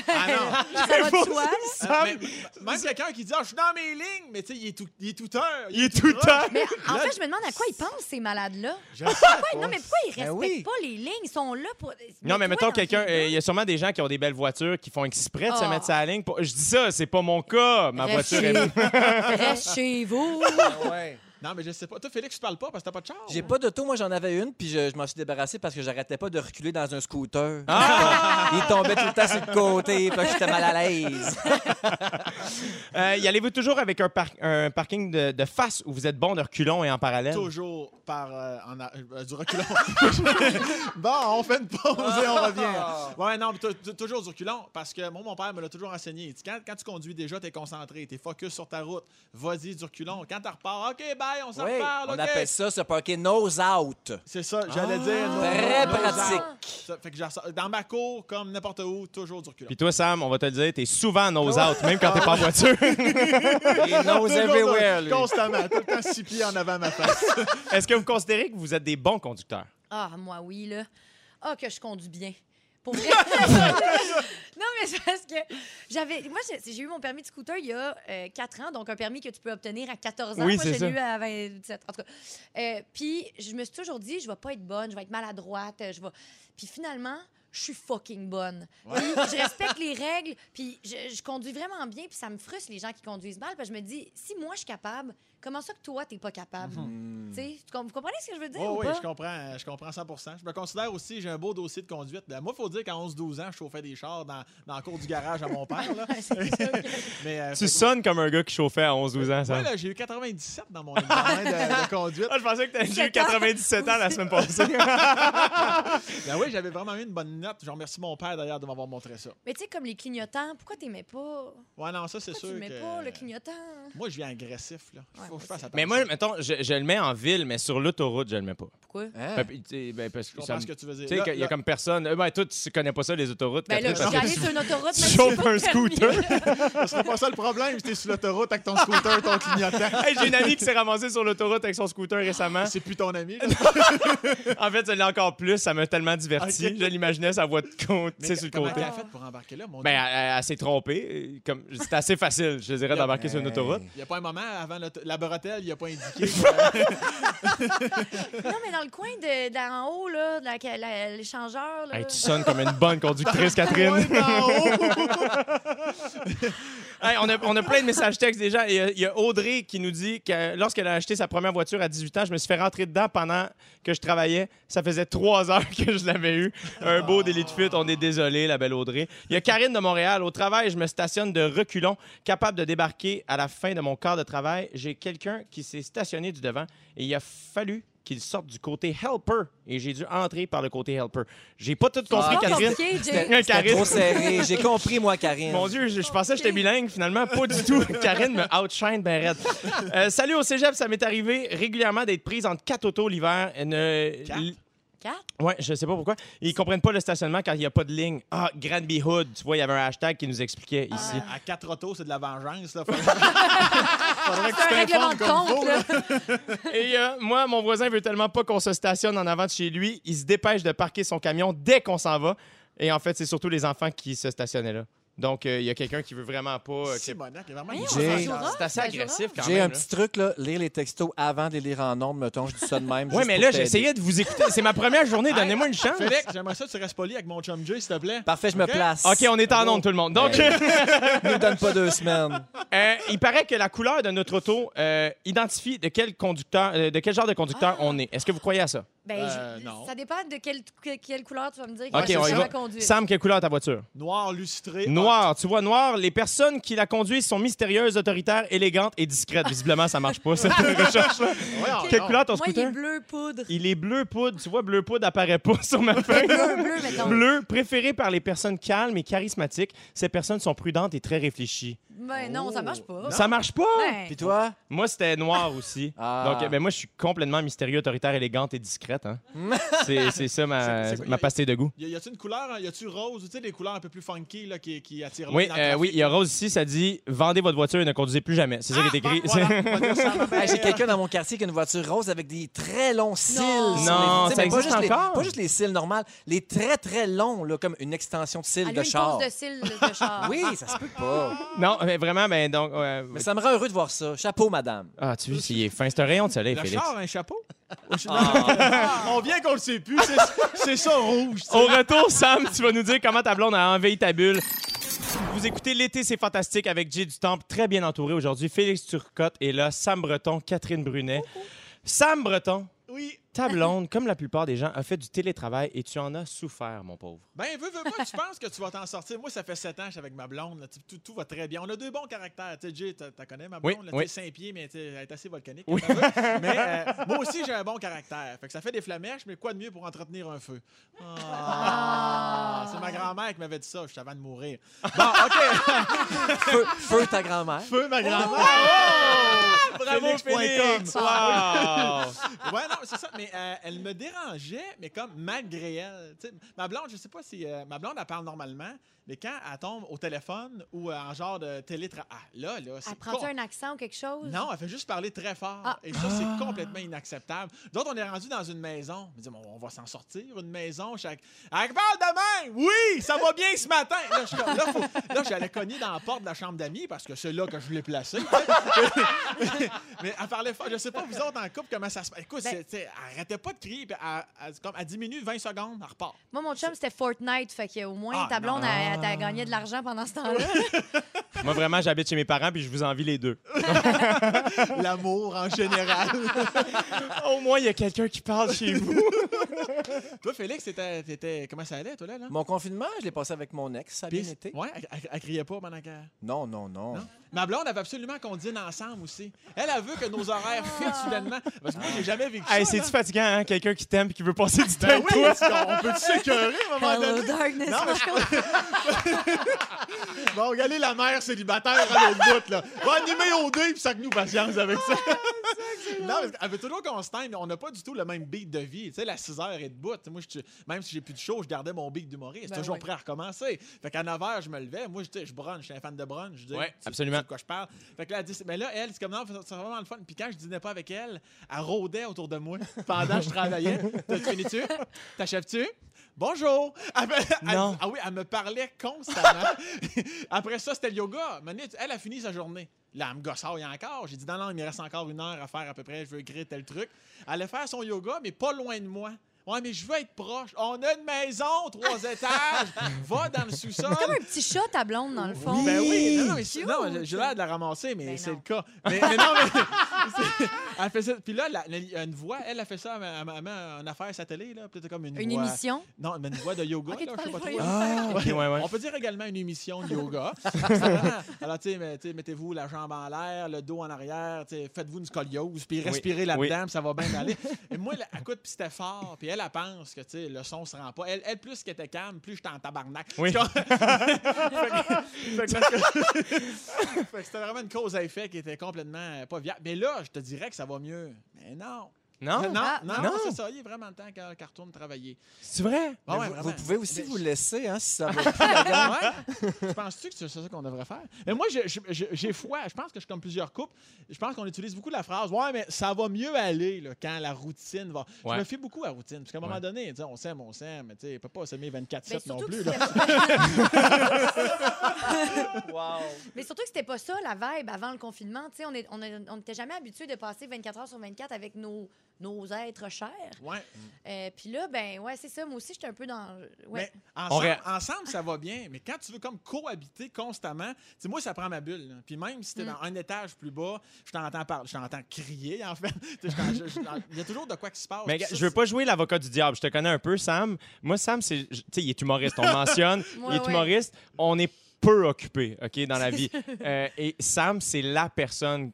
Ah non! Ça (laughs) va de soi, là? Sam, Euh, Mais- même quelqu'un qui dit Ah, je suis dans mes lignes, mais tu sais, il est tout, il est tout heure. il est tout le temps. Mais en fait, je me demande à quoi ils pensent, ces malades-là. Je sais pas. Non, mais pourquoi ils Ben respectent oui. pas les lignes? Ils sont là pour... Non, mais toi, mettons dans quelqu'un, tes euh, il y a sûrement des gens qui ont des belles voitures qui font exprès de se Ah. mettre sa ligne. pour- Je dis ça, c'est pas mon cas. Ma Reste voiture est. chez- Reste chez vous. Ah ouais. Non, mais je sais pas. Toi, Félix, tu parles pas parce que t'as pas de char. J'ai pas d'auto, moi j'en avais une, puis je, je m'en suis débarrassé parce que j'arrêtais pas de reculer dans un scooter. Ah! Il tombait tout le temps sur le côté, puis là, j'étais mal à l'aise. Euh, y allez-vous toujours avec un, par- un parking de, de face où vous êtes bon de reculons et en parallèle? Toujours par euh, en a- euh, du reculon. (laughs) bon, on fait une pause et on revient. Ouais, non, mais t- t- toujours du reculon parce que moi, mon père me l'a toujours enseigné. Il dit, Quand, quand tu conduis déjà, t'es concentré, t'es focus sur ta route. Vas-y, du reculon. Quand t'en repars, OK, bye, bye, on s'en Oui, reparle, on OK? appelle ça se parquer nose out. C'est ça, j'allais dire. non, Très non, non, pratique. ça- fait que je ressors- dans ma cour, comme n'importe où, toujours du reculant. Puis toi, Sam, on va te le dire, t'es souvent nose out, même quand t'es pas en voiture. Les nose Toujours dans- everywhere, lui. euh, Constamment, tout le temps six pieds en avant (laughs) ma face. Est-ce que vous considérez que vous êtes des bons conducteurs? Ah, moi, oui, là. Ah, que je conduis bien. Pour (laughs) vrai. non, mais c'est parce que j'avais. Moi, j'ai- j'ai eu mon permis de scooter il y a 4 ans, donc un permis que tu peux obtenir à 14 ans. Oui, moi, c'est j'ai ça. eu à 27. En tout cas. Euh, Puis, je me suis toujours dit, je vais pas être bonne, je vais être maladroite, euh, je vais. Puis finalement. Je suis fucking bonne. Puis je respecte les règles, puis je, je conduis vraiment bien, puis ça me frustre les gens qui conduisent mal, parce que je me dis, si moi je suis capable, comment ça que toi t'es pas capable? Mhm. Tu sais, tu com- vous comprenez ce que je veux dire? Oh ou oui, pas? je comprends, je comprends 100 Je me considère aussi, j'ai un beau dossier de conduite. Ben, Moi, il faut dire qu'à 11-12 ans, je chauffais des chars dans, dans la cour du garage à mon père. (laughs) Là. (laughs) Mais, euh, fait Tu que- sonnes comme un gars qui chauffait à 11-12 ans, Ouais, Sam. là, j'ai eu 97 dans mon examen de, (laughs) de conduite. Ah, je pensais que t'avais eu Sept ans. 97 ans la semaine passée. Ben oui, j'avais vraiment eu une bonne note. Je remercie mon père d'ailleurs de m'avoir montré ça. Mais tu sais, comme les clignotants, pourquoi t'aimais pas? Ouais, non, ça c'est Pourquoi Ah, tu mets sûr. que- pas le clignotant? Moi, je viens agressif. Là. Ouais, Faut moi que je fasse aussi. attention. mais moi, mettons, je, je le mets en ville, mais sur l'autoroute, je le mets pas. Pourquoi? Hein? Ben, puis, tu sais, ben, parce Ah. je que ça comprends me- ce que tu veux dire. Tu sais, Là- qu'il y là- a comme personne. Euh, ben, toi, tu connais pas ça, les autoroutes. Ben là, Catherine, je suis parce que allée sur une autoroute, tu même si chauffes j'ai pas un de permis. scooter. Ce sera pas ça le problème si t'es sur l'autoroute avec ton scooter, ton (laughs) clignotant. Hey, J'ai une amie qui s'est ramassée sur l'autoroute avec son scooter (laughs) récemment. Hein? C'est plus ton ami. là. En fait, je l'ai encore plus. Ça m'a tellement diverti. Ok. Je l'imaginais, sa voix de compte, tu sais, sur le comment côté. elle a fait pour embarquer là? Mon Ben, Dieu? elle, elle- elle s'est trompée. Comme, c'est assez facile, je dirais, d'embarquer sur une autoroute. Il n'y a pas un moment avant l'auto- la bretelle, il a (laughs) pas indiqué. Non, mais dans le coin de, d'en haut, là, de la- la- l'échangeur, là. Hey, tu sonnes comme une bonne conductrice, Catherine. Loin d'en (laughs) haut. Hey, on, a, on a plein de messages textes déjà. euh, Il y a- il y, a Audrey qui nous dit que lorsqu'elle a acheté sa première voiture à 18 ans, je me suis fait rentrer dedans pendant que je travaillais. Ça faisait trois heures (laughs) que je l'avais eu. Un beau délit de fuite. On est désolé, la belle Audrey. Il y a Karine de Montréal. Au travail, je me stationne de reculons, capable de débarquer à la fin de mon quart de travail. J'ai quelqu'un qui s'est stationné du devant et il a fallu qu'il sorte du côté helper et j'ai dû entrer par le côté helper. J'ai pas tout compris, Pas Ah, Catherine. compliqué, Jay. Karine. C'était trop serré. J'ai compris, moi, Karine. Mon Dieu, je, je pensais que j'étais bilingue, finalement, pas du tout. (laughs) Karine me outshine ben raide. Euh, salut au cégep, ça m'est arrivé régulièrement d'être prise entre quatre autos l'hiver. Et ne- Quatre? l- Quatre? Ouais, je sais pas pourquoi. Ils comprennent pas le stationnement quand il n'y a pas de ligne. Ah, Granby Hood, tu vois, il y avait un hashtag qui nous expliquait ici. À quatre autos, c'est de la (laughs) vengeance. Là. Faudrait, faudrait que C'est un tu règlement t'informes de comme compte, faut, là. là. Et euh, moi, mon voisin veut tellement pas qu'on se stationne en avant de chez lui, il se dépêche de parquer son camion dès qu'on s'en va. Et en fait, c'est surtout les enfants qui se stationnaient là. Donc, euh, il y a quelqu'un qui veut vraiment pas. euh, que- Simonac, il est vraiment Voyons, une J'ai- vengeance. on s'en jouera, C'est assez on s'en agressif quand même. J'ai un là. petit truc, là, lire les textos avant de les lire en nombre, mettons, je dis ça de même. Oui, juste mais pour là, t'aider. j'essayais de vous écouter. C'est ma première (laughs) journée, donnez-moi une chance. Félix, j'aimerais ça que tu restes poli avec mon chum Jay, s'il te plaît. Parfait, je me OK? place. OK, on est en onde, tout le monde. (laughs) Donc, ne nous donne pas deux semaines. euh, il paraît que la couleur de notre auto euh, identifie de quel conducteur, euh, de quel genre de conducteur Ah. on est. Est-ce que vous croyez à ça? Ben, Euh, je- non. ça dépend de quelle, que- quelle couleur tu vas me dire. OK, que on y ça va. conduite. Sam, quelle couleur ta voiture? Noir lustré. Ah, Noir. Tu vois, noir, les personnes qui la conduisent sont mystérieuses, autoritaires, élégantes et discrètes. Visiblement, ça marche (laughs) pas, cette recherche-là. Ah, voyons Quelle donc. couleur ton Oh, Moi, il est scooter? bleu (laughs) poudre. Il est bleu poudre. Tu vois, bleu poudre apparaît pas (laughs) sur ma feuille. Bleu, bleu, mettons. Bleu, préféré par les personnes calmes et charismatiques. Ces personnes sont prudentes et très réfléchies. Ben non, ça marche pas. Ça marche pas! Ben, Puis toi? Moi, c'était noir (laughs) aussi. Ah. Donc, euh, ben, moi, je suis complètement mystérieux, autoritaire, élégante et discrète. (laughs) Hein. c'est c'est ça ma, C'est- c'est- ma pastille de goût. Y a- Y a-tu une couleur, hein? y a-tu rose, ou tu sais, des couleurs un peu plus funky là, qui, qui attirent Oui, l'œil dans le euh, trafic? oui, il y a Rose ici, ça dit Vendez votre voiture et ne conduisez plus jamais. C'est ça qui est Ah, Bon, écrit. (laughs) voilà, on va dire ça à ma Ah, Hey, mère. J'ai quelqu'un dans mon quartier qui a une voiture rose avec des très longs cils. Non. sur les- tu sais, Non, ça mais pas existe juste les- encore? pas juste les cils normales, les très très longs, là, comme une extension de cils elle a de Ah, une char. pose de cils de char. (laughs) Oui, ça se peut pas. non, mais vraiment, ben donc. euh, Mais ça me rend heureux de voir ça. Chapeau, (laughs) madame. Ah, tu vois, c'est il est fin. C'est un rayon de soleil, Le Félix. Ah. char, hein. a un chapeau? (laughs) On vient qu'on le sait plus, c'est, c'est ça rouge. tu sais. Au retour, Sam, tu vas nous dire comment ta blonde a envahi ta bulle. Vous écoutez L'été, c'est fantastique avec Jay du Temple, très bien entouré aujourd'hui. Félix Turcotte est là, Sam Breton, Catherine Brunet. Sam Breton, Oui, Ta blonde, comme la plupart des gens, a fait du télétravail et tu en as souffert, mon pauvre. Ben, veux, veux pas, tu penses que tu vas t'en sortir. Moi, ça fait sept ans que je suis avec ma blonde. là. Tu- tout, tout va très bien. On a deux bons caractères. Tu sais, Jay, t'as t'as connais ma Oui, blonde. là, oui. Tu sais, cinq pieds, mais tu sais, elle est assez volcanique. elle, (laughs) ça va. mais euh, moi aussi, j'ai un bon caractère. Fait que ça fait des flamèches, mais quoi de mieux pour entretenir un feu? Ah, C'est ma grand-mère qui m'avait dit ça. Je savais de mourir. Bon, OK. (laughs) Feu, feu ta grand-mère. Feu, ma grand-mère. Bravo, Félix.com. Wow! Ouais, non, c'est ça. Mais euh, elle me dérangeait, mais comme malgré elle. Tu sais, ma blonde, je sais pas si. euh, ma blonde, elle parle normalement, mais quand elle tombe au téléphone ou euh, en genre de télétravail. là, là, c'est. Elle prend-tu con- un accent ou quelque chose? Non, elle fait juste parler très fort. Ah. Et ça, c'est complètement inacceptable. D'autres, on est rendu dans une maison. On dit, Bon, on va s'en sortir. Une maison, chaque. Elle parle demain! Oui, ça va bien ce matin! Là, je suis comme, là, faut- là, j'allais cogner dans la porte de la chambre d'amis parce que c'est là que je l'ai placée. (laughs) Mais elle parlait fort. Je sais pas, vous autres, en couple, comment ça se passe. Écoute, Ben- c'est- tu sais, elle arrêtait pas de crier. Puis elle, elle- comme, elle diminue 20 secondes, elle repart. Moi, mon chum, c'était Fortnite. Fait qu'au moins, Ah, ta blonde, non. elle, elle t'a gagné de l'argent pendant ce temps-là. Moi, vraiment, j'habite chez mes parents puis je vous envie les deux. L'amour en général. Au moins, il y a quelqu'un qui parle chez vous. (laughs) toi, Félix, t'étais, t'étais- comment ça allait, toi, là? là? Mon confinement, je l'ai passé avec mon ex, ça a bien Puis- été. Ouais, elle, elle- elle criait pas pendant qu'elle. Non, non, non. Non. Ma blonde, elle veut absolument qu'on dîne ensemble aussi. Elle, elle veut que nos horaires Ah. fitent soudainement. Parce que moi, j'ai jamais vécu Hey, ça. là. c'est-tu fatigant, hein? Quelqu'un qui t'aime et qui veut passer (laughs) du temps Ben avec oui, toi? parce qu'on- on peut s'écœurer à un moment Hello, donné. darkness. Non, mais- Moi, je comprends. Bon, regardez la mère célibataire à l'autre bout, là. Va animer au dé, puis ça que nous patience avec ça. Ah, Non, parce qu'elle veut toujours qu'on se time, mais on n'a pas du tout le même beat de vie. Tu sais, la 6 heures et de bout. Moi, je- même si j'ai plus de show, je gardais mon beat d'humoriste. Ben toujours oui. prêt à recommencer. Fait qu'à 9 heures, je me levais. Moi, je, tu sais, je brunch. Je suis un fan de brunch. Je dis, Ouais, tu- tu sais absolument. de quoi je parle. Fait que là, elle dit, mais là, elle, c'est comme non, c'est vraiment le fun. Puis quand je dînais pas avec elle, elle rôdait autour de moi (laughs) pendant que je travaillais. T'as- Tu finis-tu? T'achèves-tu? Bonjour! Elle me- elle- Non. ah oui, elle me parlait constamment. (laughs) Après ça, c'était le yoga. Mané, Elle a fini sa journée. Là, elle me gossait encore. J'ai dit, non, non, il me reste encore une heure à faire à peu près. Je veux écrire tel truc. Elle allait faire son yoga, mais pas loin de moi. Ouais, mais je veux être proche. On a une maison, (laughs) trois étages. Va dans le sous-sol. C'est comme un petit chat, ta blonde, dans le fond. Ben oui, non, non, mais Cute. non, j'ai- j'ai l'air de la ramasser, mais Ben c'est non. le cas. Mais, mais non, mais. (laughs) c'est- elle fait ça. Puis là, la- la- il y a une voix, elle a fait ça, elle m'a- elle m'a en affaire sa télé, là. Peut-être comme une, Une voix. émission. Non, mais une voix de yoga, Ok, tu là, je sais parles pas de trop. yoga. Ah, ok, ouais, ouais. On peut dire également une émission de yoga. (laughs) Ah, Alors, tu sais, mais- tu sais, mettez-vous la jambe en l'air, le dos en arrière, tu sais, faites-vous une scoliose, puis respirez là-dedans, puis ça va bien aller. Et moi, là, écoute, puis c'était fort, puis elle, elle pense que, tu sais, le son se rend pas. Elle, elle plus qu'elle était calme, plus j'étais en tabarnak. Oui. Tu comprends? fait que, fait que là, ce que- fait que c'était vraiment une cause à effet qui était complètement euh, pas viable. Mais là, je te dirais que ça va mieux. Mais non. Non? (laughs) non, Ah, non, non. c'est ça. Il est vraiment temps qu'elle qu'elle retourne travailler. C'est vrai? Ah Mais ouais, vous, vous vraiment. pouvez aussi Mais- vous laisser, hein, si ça va. (laughs) (laughs) Ouais. Tu penses-tu que c'est ça qu'on devrait faire? Mais moi, je- je- je- j'ai foi. Je pense que je suis comme plusieurs couples. Je pense qu'on utilise beaucoup la phrase Ouais, mais ça va mieux aller là, quand la routine va. Ouais. Je me fie beaucoup à la routine. Parce qu'à un moment Ouais. donné, tu sais, on s'aime, on s'aime, mais tu sais, on peut pas s'aimer Ben, 24-7 non surtout que plus. c'était là. (laughs) Mais surtout que c'était pas ça la vibe avant le confinement. Tu sais, on est- on est- on n'était jamais habitué de passer 24 heures sur 24 avec nos, nos êtres chers. Ouais. Euh, Puis là, ben ouais, c'est ça. Moi aussi, j'étais un peu dans. Ouais. Mais On ensemble, ré- ensemble, ça va bien. Mais quand tu veux comme cohabiter constamment, tu sais, moi, ça prend ma bulle. là. Puis même si t'es Mm. dans un étage plus bas, je t'entends parler, je t'entends crier, en fait. (laughs) Tu sais, je t'en- je- je t'en- Il y a toujours de quoi qui se passe. Mais Puis ça, je veux pas jouer l'avocat du diable. Je te connais un peu, Sam. Moi, Sam, c'est, je- tu sais, il est humoriste. (laughs) On le mentionne. il Ouais, est ouais. humoriste. On est peu occupé, OK, dans la vie. Euh, et Sam, c'est la personne.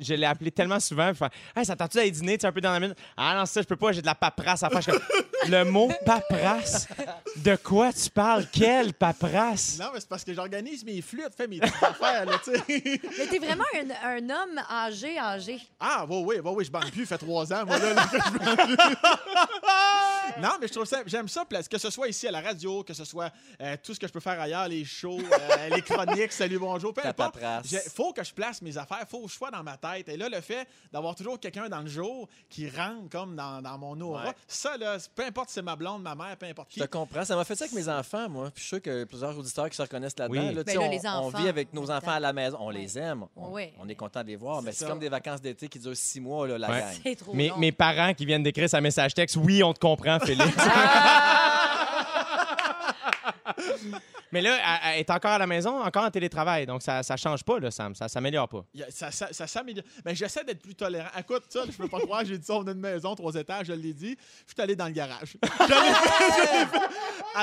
Je l'ai appelé tellement souvent. Je fais, hey, ça tente-tu d'aller dîner? Tu sais, un peu dans la minute. Ah non, ça, je peux pas. J'ai de la paperasse à faire. Je suis comme, le mot paperasse? De quoi tu parles? Quelle paperasse? Non, mais c'est parce que j'organise mes flûtes, fais mes petites affaires, là, tu sais. Mais t'es vraiment un, un homme âgé, âgé. Ah, oui, oui, oui, oui, je bande plus, fait trois ans, moi, là, là, que je bande plus. non, mais je trouve ça, j'aime ça, parce que ce soit ici à la radio, que ce soit euh, tout ce que je peux faire ailleurs, les shows, (laughs) euh, les chroniques, salut, bonjour, peu Ta importe. paperasse. J'ai- Faut que je place mes affaires, faut que je sois dans ma tête. Et là, le fait d'avoir toujours quelqu'un dans le jour qui rentre comme dans, dans mon aura, Ouais. ça, là, c'est- peu importe si c'est ma blonde, ma mère, peu importe qui. Je te comprends. Ça m'a fait ça avec mes enfants, moi. Puis je suis sûr que plusieurs auditeurs qui se reconnaissent là-dedans. Oui. Là, tu sais, Ben là, on, les on enfants, vit avec en nos même enfants à la maison. On Ouais. les aime. On, Ouais. on est content de les voir. C'est Mais c'est ça. comme des vacances d'été qui durent six mois, là, la Ouais. gang. C'est trop Mes, long. mes parents qui Ah! viennent d'écrire sa message texte, oui, on te comprend, Félix. (laughs) Mais là, elle, elle est encore à la maison, encore en télétravail. Donc, ça ne change pas, là, Sam. Ça s'améliore pas. Il y a- Ça, ça, ça s'améliore. Mais j'essaie d'être plus tolérant. Écoute, ça, je peux pas croire. J'ai dit ça, on a une maison, trois étages, je l'ai dit. Je suis allé dans le garage. Je l'ai fait, je l'ai fait.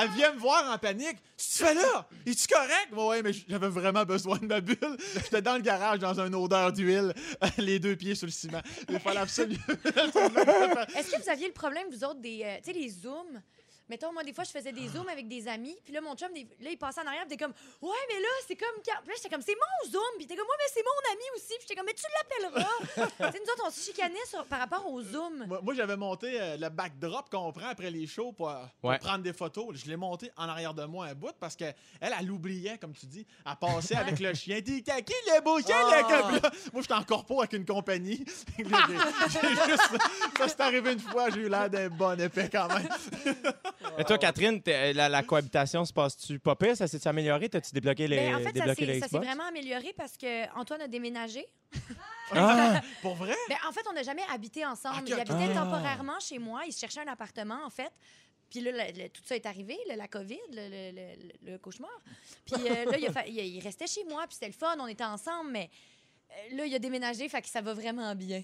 Elle vient me voir en panique. Si tu fais là, es-tu correct? Ouais, ouais, mais j'avais vraiment besoin de ma bulle. J'étais dans le garage, dans une odeur d'huile, les deux pieds sur le ciment. Il fallait absolument. Est-ce que vous aviez le problème, vous autres, des. euh, tu sais, les zooms? Mettons, moi, des fois, je faisais des zooms avec des amis, puis là, mon chum, des- là, il passait en arrière, puis t'es comme, ouais, mais là, c'est comme. quand- Puis là, j'étais comme, c'est mon zoom, puis t'es comme, ouais, mais c'est mon ami aussi, puis j'étais comme, mais tu l'appelleras. tu sais, nous autres, on se chicanait sur- par rapport aux zooms. Moi, moi, j'avais monté euh, le backdrop qu'on prend après les shows pour, euh, pour Ouais. prendre des photos. Je l'ai monté en arrière de moi un bout parce qu'elle, elle elle oubliait, comme tu dis, à passer (laughs) avec le chien. Dis, t'as qui le beau chien, le Ah. cop- là? Moi, j'étais en corpo avec une compagnie. (laughs) J'ai- j'ai juste- ça, c'est arrivé une fois, j'ai eu l'air d'un bon épais quand même. Mais toi, Catherine, t'es- la, la cohabitation se passe-tu pas pire? Ça s'est amélioré? T'as-tu débloqué les, Ben, en fait, ça débloqué s'est- les ça s'est Xbox? vraiment amélioré parce que Antoine a déménagé. Ah! Pour vrai? Ben, en fait, on n'a jamais habité ensemble. Ok, il ok. habitait Ah. temporairement chez moi. Il se cherchait un appartement, en fait. Puis là, le- le- tout ça est arrivé, le- la COVID, le, le- le- le cauchemar. Puis euh, là, il, a fa- il- il restait chez moi, puis c'était le fun, on était ensemble, mais euh, là, il a déménagé, fait que ça va vraiment bien.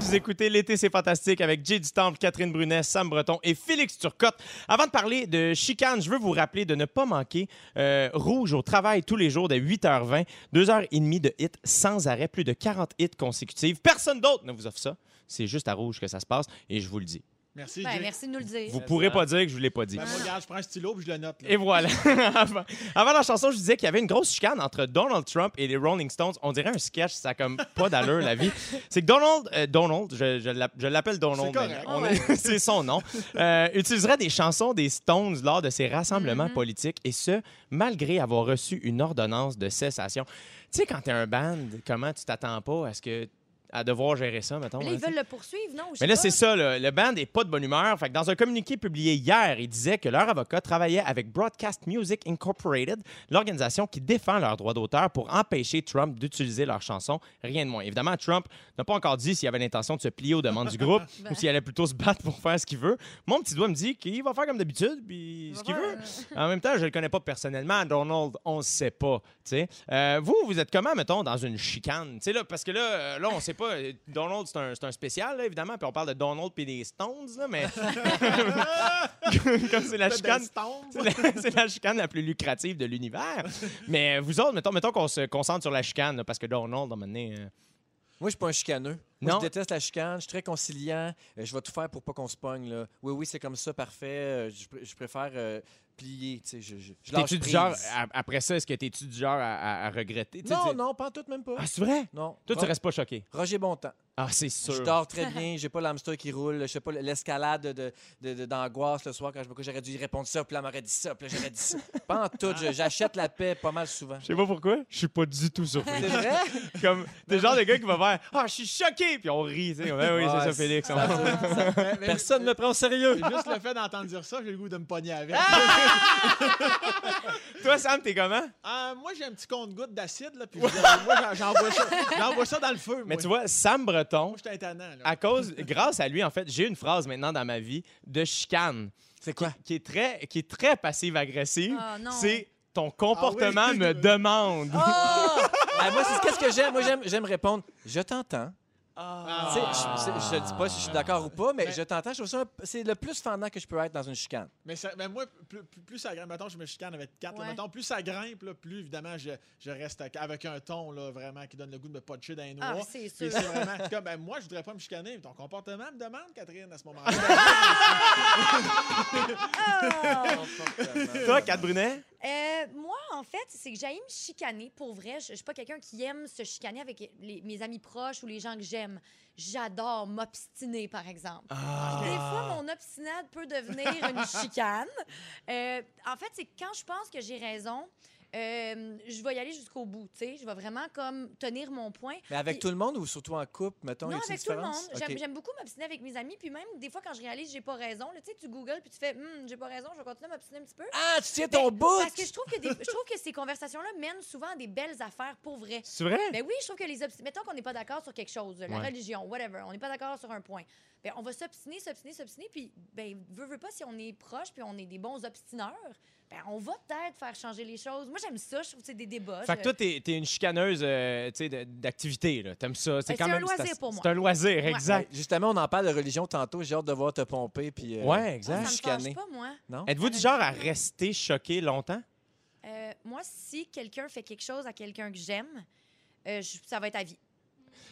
Vous écoutez L'été, c'est fantastique avec Jay Temple, Catherine Brunet, Sam Breton et Félix Turcotte. Avant de parler de chicane, je veux vous rappeler de ne pas manquer euh, Rouge au travail tous les jours dès 8h20, 2h30 de hits sans arrêt, plus de 40 hits consécutifs. Personne d'autre ne vous offre ça. C'est juste à Rouge que ça se passe et je vous le dis. Merci, Ben, Jay. merci de nous le dire. Vous pourrez pas dire que je vous l'ai pas dit. Ben, moi, regarde, je prends un stylo puis je le note. là. Et voilà. (laughs) avant, avant la chanson, je disais qu'il y avait une grosse chicane entre Donald Trump et les Rolling Stones. On dirait un sketch, ça a comme pas d'allure la vie. C'est que Donald, euh, Donald, je, je l'app- je l'appelle Donald. C'est correct. maintenant. On est- (laughs) c'est son nom. Euh, utiliserait des chansons des Stones lors de ses rassemblements Mhm. politiques et ce malgré avoir reçu une ordonnance de cessation. Tu sais, quand t'es un band, comment tu t'attends pas à ce que à devoir gérer ça, mettons. Mais hein, là, ils tu sais? veulent le poursuivre, non? Je sais Mais là, pas. c'est ça, là. le band n'est pas de bonne humeur. Fait que dans un communiqué publié hier, il disait que leur avocat travaillait avec Broadcast Music Incorporated, l'organisation qui défend leurs droits d'auteur pour empêcher Trump d'utiliser leurs chansons, rien de moins. Évidemment, Trump n'a pas encore dit s'il avait l'intention de se plier aux demandes du (laughs) groupe Ben. ou s'il allait plutôt se battre (laughs) pour faire ce qu'il veut. Mon petit doigt me dit qu'il va faire comme d'habitude, puis ce qu'il veut. hein. En même temps, je le connais pas personnellement. Donald, on ne sait pas. tu sais. Euh, vous, vous êtes comment, mettons, dans une chicane? Tu sais, Là, parce que là, euh, là on ne sait pas. euh, Donald, c'est un, c'est un spécial, là, évidemment. Puis on parle de Donald puis des Stones, là, (laughs) mais comme c'est la Peut-être chicane. des stones. C'est la, c'est la chicane la plus lucrative de l'univers. Mais vous autres, mettons, mettons qu'on se concentre sur la chicane, là, parce que Donald, à un moment donné, euh, Moi, je suis pas un chicaneux. Moi, Non. je déteste la chicane. Je suis très conciliant. Euh, Je vais tout faire pour pas qu'on se pogne. Là. Oui, oui, c'est comme ça, parfait. Euh, Je, pr- je préfère euh, plier. tu sais, Je, je, je lâche T'es-tu du prise. genre, à- après ça, est-ce que t'es-tu du genre à, à- à regretter? Tu sais, Non, tu- non, pas en tout, même pas. Ah, c'est vrai? Non. Toi, tu Ro- restes pas choqué. Roger Bontemps. Ah, c'est Je sûr. dors très bien, j'ai pas l'hamster qui roule, je sais pas l'escalade de- de- de- d'angoisse le soir quand je me couche, j'aurais dû y répondre ça, puis là, elle m'aurait dit ça, puis là, j'aurais dit (laughs) ça. Pas en tout, je- j'achète la paix pas mal souvent. Je sais pas pourquoi, je suis pas du tout surpris. C'est vrai? (laughs) Comme, t'es le genre de gars qui va faire Ah, je suis choqué! Puis on rit, tu sais. Ben oui, Ouais, c'est ça, c'est- Félix. on- Mais- mais- Personne ne me prend au sérieux. mais Juste le fait d'entendre dire ça, j'ai le goût de me (laughs) pogner avec. Toi, Sam, t'es comment? Euh, moi, j'ai un petit compte-goutte d'acide, (laughs) là, puis je- moi, j'en- j'envoie ça, j'envoie ça dans le feu. Mais moi. tu vois, Sam Breton, Moi, j'étais étonnant, là. à cause, grâce à lui, en fait, j'ai une phrase maintenant dans ma vie de chicane C'est (laughs) quoi? qui est très, qui est très passive-agressive. Ah, non. c'est ton comportement Ah oui. me demande. Ah! Ah, moi, c'est qu'est-ce que j'aime. Moi, j'aime, j'aime répondre je t'entends. Ah. Tu sais, Je, je- je dis pas si je suis d'accord ou pas, mais je t'entends. Je trouve ça un- c'est le plus fendant que je peux être dans une chicane. Mais, ça- mais moi, plus, plus- plus ça grimpe, mettons, je me chicane avec quatre, là, Ouais. mettons, plus ça grimpe, là, plus évidemment, je, je reste à- avec un ton là, vraiment qui donne le goût de me potcher dans les noix. Ah, c'est Puis sûr. c'est vraiment (laughs) comme, ben, moi, je voudrais pas me chicaner. Ton comportement me demande, Catherine, à ce moment-là. (laughs) Ah! Toi, Kat Brunet? Euh, moi, en fait, c'est que j'aime me chicaner. Pour vrai, je, je suis pas quelqu'un qui aime se chicaner avec les- mes amis proches ou les gens que j'aime. J'adore m'obstiner, par exemple. Ah. Des Ah. fois, mon obstinade peut devenir une chicane. Euh, en fait, c'est que quand je pense que j'ai raison, euh, je vais y aller jusqu'au bout. tu sais. Je vais vraiment comme tenir mon point. Mais avec tout Puis- le monde ou surtout en couple, mettons, y non, a-t-il une avec tout le monde. différence? J'aime- Ok. J'aime beaucoup m'obstiner avec mes amis. Puis même, des fois, quand je réalise que j'ai pas raison, là, tu sais, tu googles puis tu fais Hum, j'ai pas raison, je vais continuer à m'obstiner un petit peu. Ah, tu tiens Ben, ton bout! Parce que je trouve que, des- je trouve que ces conversations-là mènent souvent à des belles affaires pour vrai. C'est vrai? Ben oui, je trouve que les obstinations. Mettons qu'on n'est pas d'accord sur quelque chose, la Ouais. religion, whatever, on n'est pas d'accord sur un point. ben, on va s'obstiner, s'obstiner, s'obstiner. Puis, ben, veux, veux pas, si on est proche, puis on est des bons obstineurs, ben, on va peut-être faire changer les choses. Moi, j'aime ça, je trouve que c'est des débats. Fait que Ah, Je- toi, t'es t'es une chicaneuse euh, tu sais, de- d'activité, là. T'aimes ça. C'est Ben, quand c'est un même. loisir assez- pour moi. C'est un loisir, Ouais. exact. Ouais, Ben, Justement, on en parle de religion tantôt. J'ai hâte de voir te pomper. Puis, euh, Ouais, Moi, exact. Ah, ça me chicaner. fâche pas, moi. Non? Êtes-vous du genre à rester choqué longtemps? Euh, moi, si quelqu'un fait quelque chose à quelqu'un que j'aime, euh, je- ça va être à vie.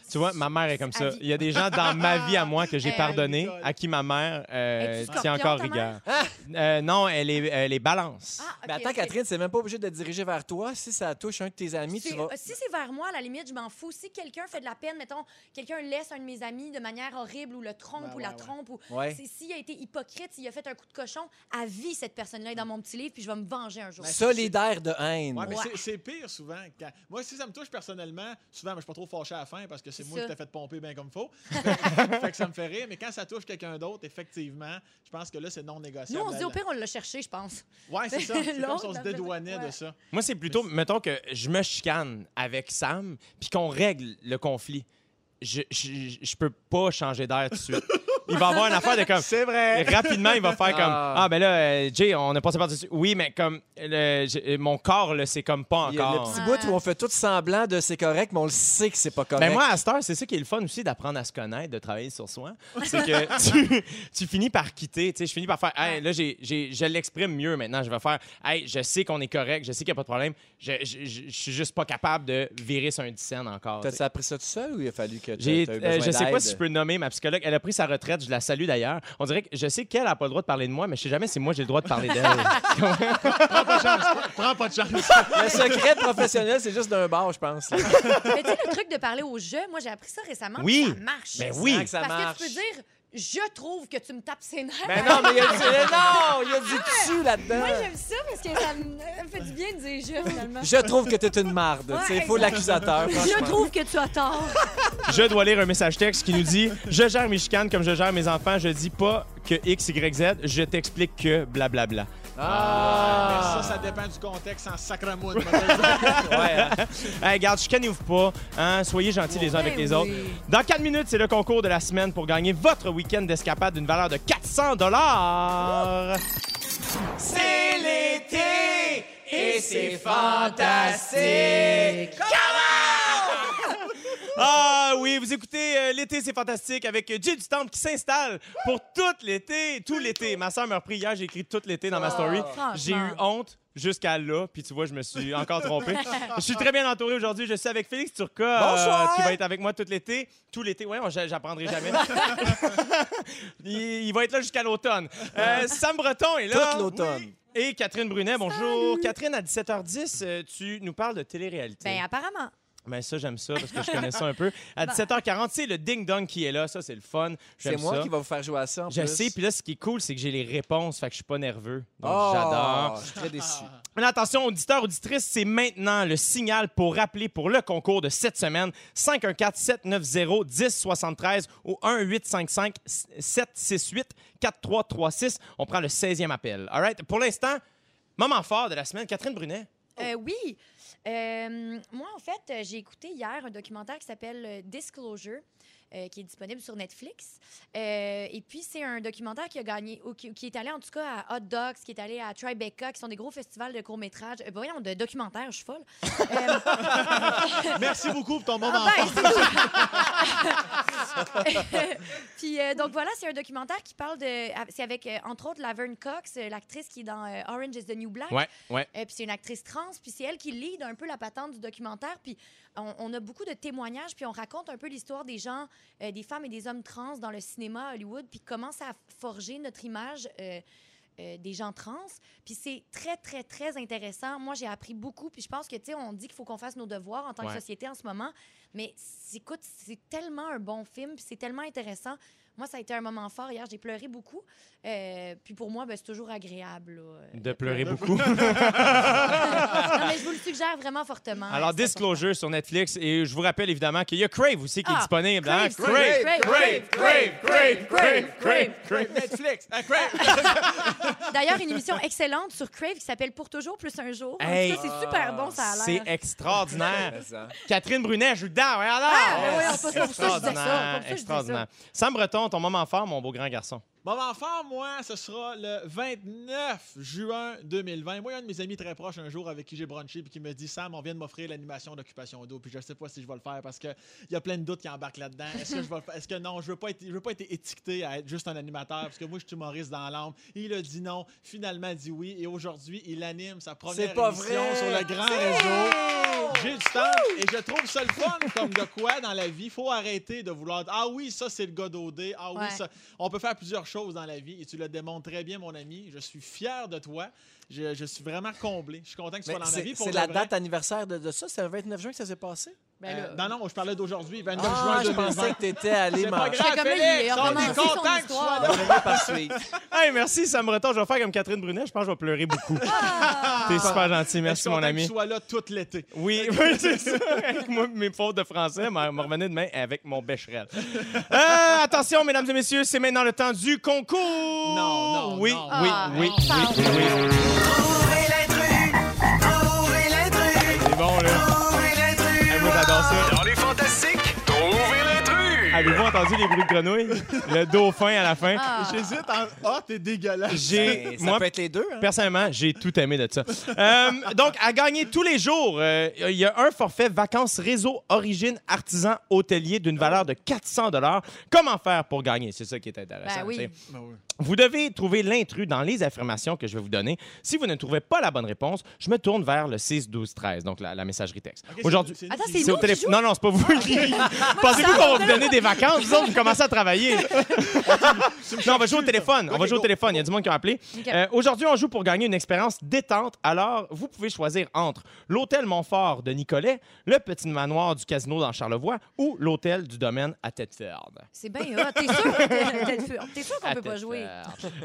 Tu vois, ma mère est comme À ça. vie. Il y a des gens dans ma vie à moi que j'ai (laughs) Euh, pardonné, Nicole. à qui ma mère euh, Es-tu tient scorpion, encore ta rigueur. mère? Euh, non, elle est, elle est balance. Ah, Mais ok, Ben, attends, ok. Catherine, c'est même pas obligé de te diriger vers toi. Si ça touche un de tes amis, tu C'est- vas. euh, Si c'est vers moi, à la limite, je m'en fous. Si quelqu'un fait de la peine, mettons, quelqu'un laisse un de mes amis de manière horrible ou le trompe Ben ou ouais, la ouais. trompe ou Ouais. euh, c'est- s'il a été hypocrite, s'il a fait un coup de cochon, à vie cette personne-là est dans mon petit livre puis je vais me venger un jour. Ben, Solidaire de haine. Ouais, mais Ouais. c'est- c'est pire souvent. Quand- Moi, si ça me touche personnellement, souvent, mais je suis pas trop fâché à la fin parce que c'est C'est moi qui ça. t'ai fait pomper bien comme (laughs) faut. fait fait que ça me fait rire. Mais quand ça touche quelqu'un d'autre, effectivement, je pense que là, c'est non négociable. Nous, on se dit au Là- pire, on l'a cherché, je pense. (laughs) Ouais, c'est ça. C'est comme L'autre, si on se ça me- dédouanait de ouais. ça. Moi, c'est plutôt, mettons que je me chicane avec Sam, puis qu'on règle le conflit. Je, je, je peux pas changer d'air tout de suite. Il va avoir une affaire de comme. C'est vrai. Rapidement, il va faire comme Ah. Ah, ben là, euh, Jay, on a passé par-dessus. Oui, mais comme le- j'ai- mon corps, là, c'est comme pas Il y a le encore. petit Ah. bout où on fait tout semblant de c'est correct, mais on le sait que c'est pas correct. Mais Ben, moi, à cette heure, c'est ça qui est le fun aussi d'apprendre à se connaître, de travailler sur soi. C'est que (laughs) tu, tu finis par quitter. Tu sais, je finis par faire Hey, là, j'ai, j'ai- je l'exprime mieux maintenant. Je vais faire Hey, je sais qu'on est correct, je sais qu'il n'y a pas de problème. Je, je, je- je suis juste pas capable de virer sur un dixaine encore. tu sais. T'as appris ça tout seul ou il a fallu que J'ai, tu euh, je sais pas si je peux nommer ma psychologue. Elle a pris sa retraite, je la salue d'ailleurs. On dirait que je sais qu'elle a pas le droit de parler de moi, mais je sais jamais si moi j'ai le droit de parler d'elle. (laughs) Prends pas de chance. Le secret professionnel, c'est juste d'un bar, je pense. là. Mais tu sais, le truc de parler au jeu, moi, j'ai appris ça récemment. Oui. puis Ça marche. Ben (laughs) oui. que ça Parce marche. que tu peux dire, je trouve que tu me tapes ses nerfs. Mais (laughs) non, mais il y a du, non, il y a du dessus là-dedans. Moi, j'aime ça parce que ça me ça me fait du bien de dire je finalement. Je trouve que t'es une marde. Ouais, tu sais, il faut l'accusateur. Je (laughs) franchement. trouve que tu as tort. je dois lire un message texte qui nous dit Je gère mes chicanes comme je gère mes enfants. Je dis pas que X, Y, Z. Je t'explique que blablabla. Ah, Ça, ça dépend du contexte en sacramoune. (laughs) hein. Ouais, Hey, garde, chicanez-vous pas. Hein? Soyez gentils les uns avec les autres. Dans 4 minutes, c'est le concours de la semaine pour gagner votre week-end d'escapade d'une valeur de 400 dollars. C'est l'été et c'est fantastique. Ah oui, vous écoutez euh, L'été, c'est fantastique avec Jill du Temple qui s'installe pour tout l'été, tout l'été. Ma soeur m'a repris hier, j'ai écrit tout l'été dans ma story. Franchement. J'ai eu honte jusqu'à là, puis tu vois, je me suis encore trompé. je suis très bien entouré aujourd'hui. Je suis avec Félix Turcot, Bonsoir. qui va être avec moi tout l'été. Tout l'été, ouais, on- j'a- j'apprendrai jamais. il, il va être là jusqu'à l'automne. Euh, Sam Breton est là. Tout l'automne. Oui. Et Catherine Brunet, bonjour. Catherine, à 17h10, euh, tu nous parles de télé-réalité. Ben, apparemment. Ben ça, j'aime ça parce que (laughs) je connais ça un peu. À 17h40, c'est le ding-dong qui est là. Ça, c'est le fun. C'est J'aime moi ça. qui va vous faire jouer à ça. En Je plus. sais, puis là, ce qui est cool, c'est que j'ai les réponses, fait que je suis pas nerveux. Donc, Oh, j'adore. Je suis très déçu. Ah. Mais attention, auditeurs, auditrices, c'est maintenant le signal pour rappeler pour le concours de cette semaine. 514-790-1073 ou 1-855-768-4336. On prend le 16e appel. All right? Pour l'instant, moment fort de la semaine. Catherine Brunet. Euh, oui. Euh, moi, en fait, euh, j'ai écouté hier un documentaire qui s'appelle euh, Disclosure, euh, qui est disponible sur Netflix. Euh, et puis, c'est un documentaire qui a gagné, ou qui, qui est allé en tout cas à Hot Dogs, qui est allé à Tribeca, qui sont des gros festivals de courts-métrages. Euh, voyons, de documentaires, je suis folle. Euh, Merci beaucoup pour ton moment. ah ben, c'est tout. (laughs) Puis euh, donc voilà, c'est un documentaire qui parle de, ah, c'est avec euh, entre autres Laverne Cox, euh, l'actrice qui est dans euh, Orange Is the New Black. Ouais, ouais. Euh, puis c'est une actrice trans, puis c'est elle qui lead un peu la patente du documentaire. Puis on, on a beaucoup de témoignages, puis on raconte un peu l'histoire des gens, euh, des femmes et des hommes trans dans le cinéma à Hollywood, puis comment ça a forgé notre image euh, euh, des gens trans. Puis c'est très, très, très intéressant. Moi, j'ai appris beaucoup, puis je pense que, tu sais, on dit qu'il faut qu'on fasse nos devoirs en tant Ouais. que société en ce moment, mais c'est- écoute, c'est tellement un bon film, puis c'est tellement intéressant. Moi, ça a été un moment fort hier. J'ai pleuré beaucoup. Euh, puis pour moi, ben, c'est toujours agréable. là, euh, De pleurer beaucoup. non, mais je vous le suggère vraiment fortement. Ah, Alors, C'est Disclosure sur Netflix. Et je vous rappelle évidemment qu'il y a Crave aussi qui est Ah, disponible. hein? Crave, Crave, Crave, Crave, Crave, Crave, Crave, Crave, Crave. Netflix. Ah, crap. important. D'ailleurs, une émission excellente sur Crave qui s'appelle Pour toujours plus un jour. En Hey. tout cas, c'est super bon, ça a C'est l'air. extraordinaire. (laughs) Mais ça. Catherine Brunet joue dedans. Regarde! Ah, ben voyons, c'est pas pour ça que je disais ça. Pas pour ça que je disais ça. Extraordinaire. Sam Breton, ton moment fort, mon beau grand garçon? Moment fort, moi, ce sera le 29 juin 2020. Moi, il y a un de mes amis très proches un jour avec qui j'ai brunché puis qui me dit Sam, on vient de m'offrir l'animation d'Occupation d'eau. Puis je sais pas si je vais le faire parce qu'il y a plein de doutes qui embarquent là-dedans. Est-ce que je vais le faire? Est-ce que non, je veux pas être, je veux pas être étiqueté à être juste un animateur parce que moi, je suis humoriste dans l'âme. Il a dit non, finalement il dit oui. Et aujourd'hui, il anime sa première C'est pas émission vrai! sur le grand réseau. J'ai du temps et je trouve ça le fun comme de quoi dans la vie. Faut arrêter de vouloir. Ah oui, ça c'est le gars d'OD. Ah oui, Ouais. ça. On peut faire plusieurs choses dans la vie et tu le démontres très bien, mon ami. Je suis fier de toi. Je, je suis vraiment comblé. Je suis content que tu Mais sois dans la c'est vie. pour c'est de la vrai. date anniversaire de, de ça? C'est le 29 juin que ça s'est passé? Ben Euh, là, non, non, je parlais d'aujourd'hui, 29 Ah, juin je pensais 2020. que t'étais allé C'est pas manger. grave, comme lui, il Félix. a On est commencé son content que tu sois histoire. là. J'aimerais pas suivre. Hey, merci, ça me retombe. Je vais faire comme Catherine Brunet. Je pense que je vais pleurer beaucoup. Ah! T'es super gentil. Je Merci, suis mon content Que ami. tu sois là tout l'été. Oui, (laughs) oui, c'est ça. Avec moi, mes fautes de français, me me revenait demain avec mon bécherel. Euh, attention, mesdames et messieurs, c'est maintenant le temps du concours. Non, non, Oui, non. oui, Ah, oui, oui, parle. oui, oui. Trouvez l'intrus, trouvez l'intrus, C'est bon, là. trouvez Hey, l'intrus. Eh, moi, j'adore ça. Dans les fantastiques, trouvez l'intrus. Avez-vous entendu les bruits de grenouille? Le dauphin à la fin. Ah. J'hésite en. Ah, t'es dégueulasse. J'ai, Ben, Ça moi, peut être les deux. Hein? personnellement, j'ai tout aimé de ça. Euh, donc, à gagner tous les jours, euh, il y a un forfait vacances réseau origine artisan hôtelier d'une valeur de 400 Comment faire pour gagner? C'est ça qui est intéressant. Ben oui. tu sais. Ben oui. Vous devez trouver l'intrus dans les affirmations que je vais vous donner. Si vous ne trouvez pas la bonne réponse, je me tourne vers le 6 12 13, donc la, la messagerie texte. Ok, c'est- Aujourd'hui, c'est- Attends, c'est- c'est c'est au nous qui téléphone. jouons? Non, non, c'est pas vous. (laughs) Pensez-vous qu'on va vous donner des vacances? Vous autres, vous commencez à (laughs) travailler. non, on va jouer au téléphone. On va Ok, jouer au go. téléphone. Il y a du monde qui a appelé. Ok. Euh, Aujourd'hui, on joue pour gagner une expérience détente. Alors, vous pouvez choisir entre l'hôtel Montfort de Nicolet, le petit manoir du casino dans Charlevoix ou l'hôtel du domaine à Tedford. C'est bien hot. T'es sûr que t'es- t'es sûr- t'es sûr qu'on peut pas Attends, jouer?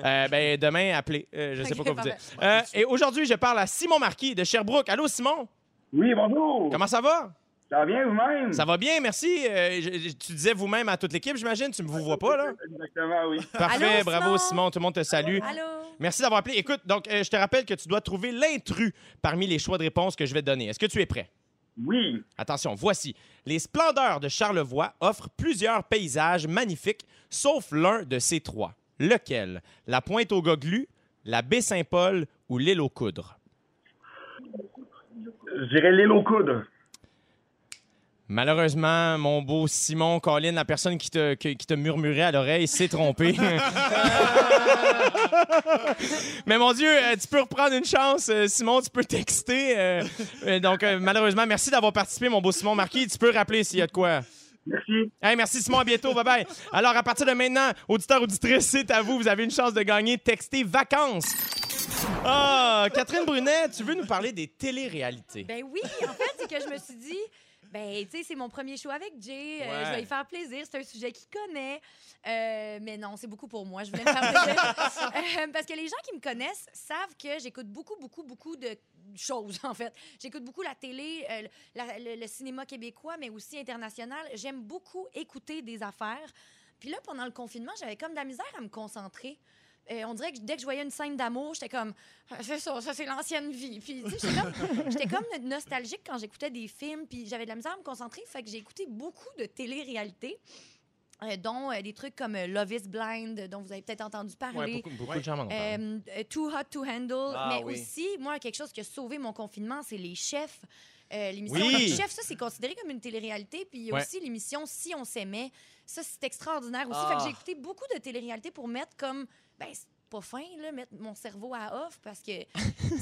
euh, ben, demain, appelez. Euh, je sais Ok, pas quoi vous dire. parfait. Euh, et aujourd'hui, je parle à Simon Marquis de Sherbrooke. Allô, Simon? Oui, bonjour. Comment ça va? Ça vient vous-même? Ça va bien, merci. Euh, je- je- tu disais vous-même à toute l'équipe, j'imagine. Tu me vous vois pas, là? Exactement, oui. Parfait, Allô, bravo, Simon? Simon. Tout le monde te salue. Allô? Merci d'avoir appelé. Écoute, donc, euh, je te rappelle que tu dois trouver l'intrus parmi les choix de réponses que je vais te donner. Est-ce que tu es prêt? Oui. Attention, voici. Les splendeurs de Charlevoix offrent plusieurs paysages magnifiques, sauf l'un de ces trois. Lequel? La pointe au Goglu, la baie Saint-Paul ou l'île aux Coudres? Je dirais l'île au coude. Malheureusement, mon beau Simon Colin, la personne qui te, qui, qui te murmurait à l'oreille, s'est trompée. Mais mon Dieu, euh, tu peux reprendre une chance. euh, Simon, tu peux texter. euh, euh, donc, euh, malheureusement, merci d'avoir participé, mon beau Simon Marquis. Tu peux rappeler s'il y a de quoi. Merci. Hey, merci Simon, à bientôt, bye bye. Alors, à partir de maintenant, auditeurs, auditrices, c'est à vous, vous avez une chance de gagner. Textez vacances. Ah, Catherine Brunet, tu veux nous parler des téléréalités? Ben oui, en fait, c'est que je me suis dit, ben, tu sais, c'est mon premier show avec Jay, euh, Ouais. je vais lui faire plaisir, c'est un sujet qu'il connaît. Euh, mais non, c'est beaucoup pour moi, je voulais me faire plaisir. Euh, parce que les gens qui me connaissent savent que j'écoute beaucoup, beaucoup, beaucoup de choses, en fait. J'écoute beaucoup la télé, euh, la- le, le cinéma québécois, mais aussi international. J'aime beaucoup écouter des affaires. Puis là, pendant le confinement, j'avais comme de la misère à me concentrer. Euh, on dirait que dès que je voyais une scène d'amour, j'étais comme, Ah, c'est ça, ça c'est l'ancienne vie. Puis tu sais, j'étais comme, j'étais comme no- nostalgique quand j'écoutais des films, puis j'avais de la misère à me concentrer. Fait que j'ai écouté beaucoup de télé-réalité, euh, dont euh, des trucs comme euh, Love is Blind, dont vous avez peut-être entendu parler. beaucoup, de gens m'en Euh, euh, too Hot to Handle. Ah mais oui. aussi, moi, quelque chose qui a sauvé mon confinement, c'est les chefs. Euh, l'émission Oui. Les Chefs, ça, c'est considéré comme une télé-réalité. Puis il y a Ouais. aussi l'émission Si on s'aimait. Ça, c'est extraordinaire aussi. Ah. Fait que j'ai écouté beaucoup de télé-réalité pour mettre comme. Ben, c'est pas fin, là, mettre mon cerveau à off (laughs) parce que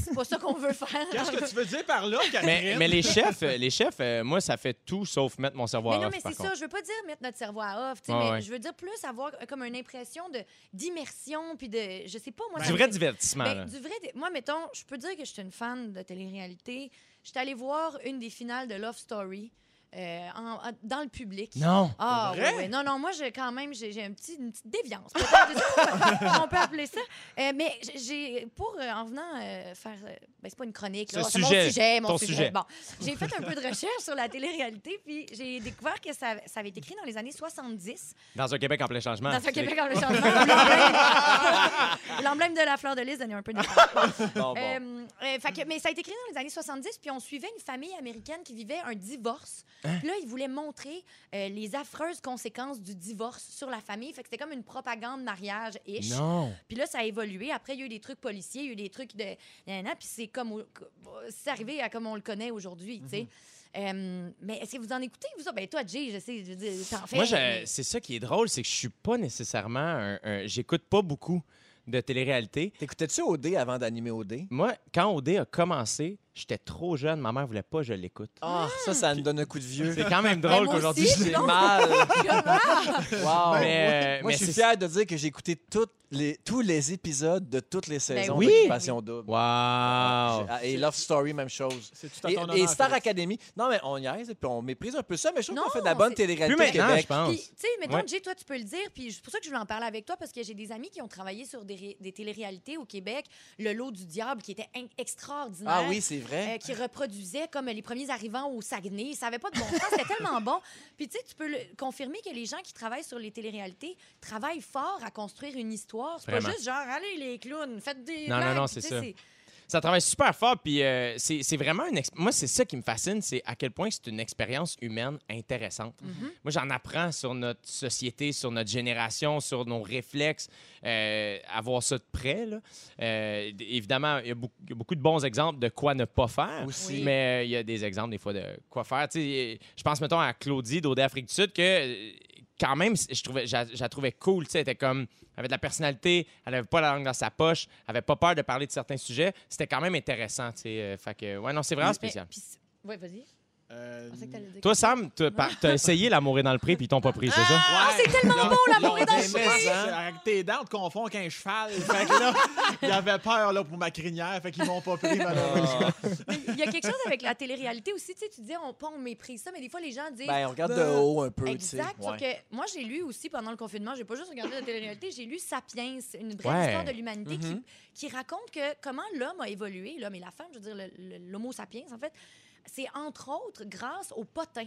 c'est pas ça qu'on veut faire. Qu'est-ce que tu veux dire par là, Catherine? Mais, mais les chefs, euh, les chefs euh, moi, ça fait tout sauf mettre mon cerveau Mais à non, off, mais par c'est contre. ça. Je veux pas dire mettre notre cerveau à off, tu sais, Ouais, mais ouais. je veux dire plus avoir euh, comme une impression de d'immersion, puis de, je sais pas moi. ça Du me vrai fait- divertissement. Ben, là. du vrai, dé- moi, mettons, je peux dire que je suis une fan de télé-réalité. Je suis allée voir une des finales de Love Story euh, en- en- dans le public. Non. Ah, Pour vrai? ouais, ouais. Non, non, moi, j'ai quand même, j'ai j'ai un petit, une petite déviance. peut-être, je sais (laughs) pas, on peut appeler ça. Euh, mais j'ai- j'ai, pour, euh, en venant euh, faire, euh, ben, c'est pas une chronique, là, Ce c'est sujet, mon sujet, mon ton sujet. sujet. Bon, j'ai fait un peu de recherche sur la télé-réalité, puis j'ai découvert que ça, ça avait été écrit dans les années 70. Ah, Dans un Québec en plein changement. (laughs) Dans un C'est- Québec en le changement. L'emblème de la fleur de lys donnait un peu de (laughs) Bon, bon. Euh, euh, fait que- mais ça a été créé dans les années 70, puis on suivait une famille américaine qui vivait un divorce. Hein? Puis là, ils voulaient montrer euh, les affreuses conséquences du divorce sur la famille. Fait que c'était comme une propagande mariage-ish. Non. Puis là, ça a évolué. Après, il y a eu des trucs policiers, il y a eu des trucs de. nanana, Puis c'est comme. au- euh, C'est arrivé à comme on le connaît aujourd'hui, tu Mhm. sais. Euh, mais est-ce que vous en écoutez, vous? autres? Ben, toi, Jay, je sais, je veux dire, t'en fais. Moi, je- mais- c'est ça qui est drôle, c'est que je suis pas nécessairement un. un- J'écoute pas beaucoup de télé-réalité. T'écoutais-tu OD avant d'animer OD? Moi, quand OD a commencé, j'étais trop jeune. Ma mère voulait pas que je l'écoute. Ah, ça, ça me donne un coup de vieux. C'est quand (laughs) même Ben, drôle moi qu'aujourd'hui, aussi. je J'ai Non. mal. (laughs) Wow. mais, Ben, euh, Moi, mais je suis c'est- fier de dire que j'ai écouté toutes les, tous les épisodes de toutes les saisons Ben oui. d'Occupation Double. Wow! J'ai- Et Love Story, même chose. C'est tout à Et, ton et honneur, Star Félix. Academy. Non, mais on y est, puis on méprise un peu ça, mais je trouve Non, qu'on fait de la bonne c'est- télé-réalité Plus au maintenant, je Québec. pense. Puis, tu sais, mettons, Ouais. Jay, toi, tu peux le dire, puis c'est pour ça que je voulais en parler avec toi, parce que j'ai des amis qui ont travaillé sur des, ré- des téléréalités au Québec, Le Lot du Diable, qui était in- extraordinaire. Ah oui, c'est vrai. euh, qui reproduisait comme les premiers arrivants au Saguenay. Ça avait pas de bon sens, c'était tellement bon. Puis tu sais, tu peux le- confirmer que les gens qui travaillent sur les téléréalités travaillent fort à construire une histoire. C'est pas Vraiment. juste genre, allez les clowns, faites des. Non, non, blagues. non, Puis, c'est tu sais, ça. Ça travaille super fort, puis euh, c'est c'est vraiment une... ex- Moi, c'est ça qui me fascine, c'est à quel point c'est une expérience humaine intéressante. Moi, j'en apprends sur notre société, sur notre génération, sur nos réflexes, euh, avoir ça de près. là. Euh, d- évidemment, il y, a beaucoup- il y a beaucoup de bons exemples de quoi ne pas faire, Aussi. mais euh, il y a des exemples des fois de quoi faire. Tu sais, je pense, mettons, à Claudie d'Odé Afrique du Sud, que euh, quand même, je trouvais, je la- je la trouvais cool. tu sais, Elle était comme, elle avait de la personnalité, elle n'avait pas la langue dans sa poche, elle n'avait pas peur de parler de certains sujets. C'était quand même intéressant. tu sais, euh, fait que, ouais, non, c'est vraiment Mais- spécial. puis c'est- Ouais, vas-y. Euh, Je pensais que t'allais dire Toi, quelque chose. Sam, t'as par- t'as essayé l'amour est dans le prix, puis ils t'ont pas pris, c'est ça? Ah, c'est tellement beau, l'amour est dans le prix. hein. Avec tes dents, on te confond qu'un cheval. Fait que là, il avait peur là, pour ma crinière, fait qu'ils m'ont pas pris, malheureusement. Mais Il y a quelque chose avec la télé-réalité aussi, tu sais, tu dis, on, pas on méprise ça, mais des fois, les gens disent... Ben, on regarde de haut un peu, tu sais. Exact. Sauf Ouais. que moi, j'ai lu aussi pendant le confinement, j'ai pas juste regardé la télé-réalité, j'ai lu Sapiens, une brève Ouais. histoire de l'humanité qui- Mhm. qui, raconte que comment l'homme a évolué, l'homme et la femme, je veux dire, le- le- l'homo sapiens, en fait, c'est entre autres grâce au potin.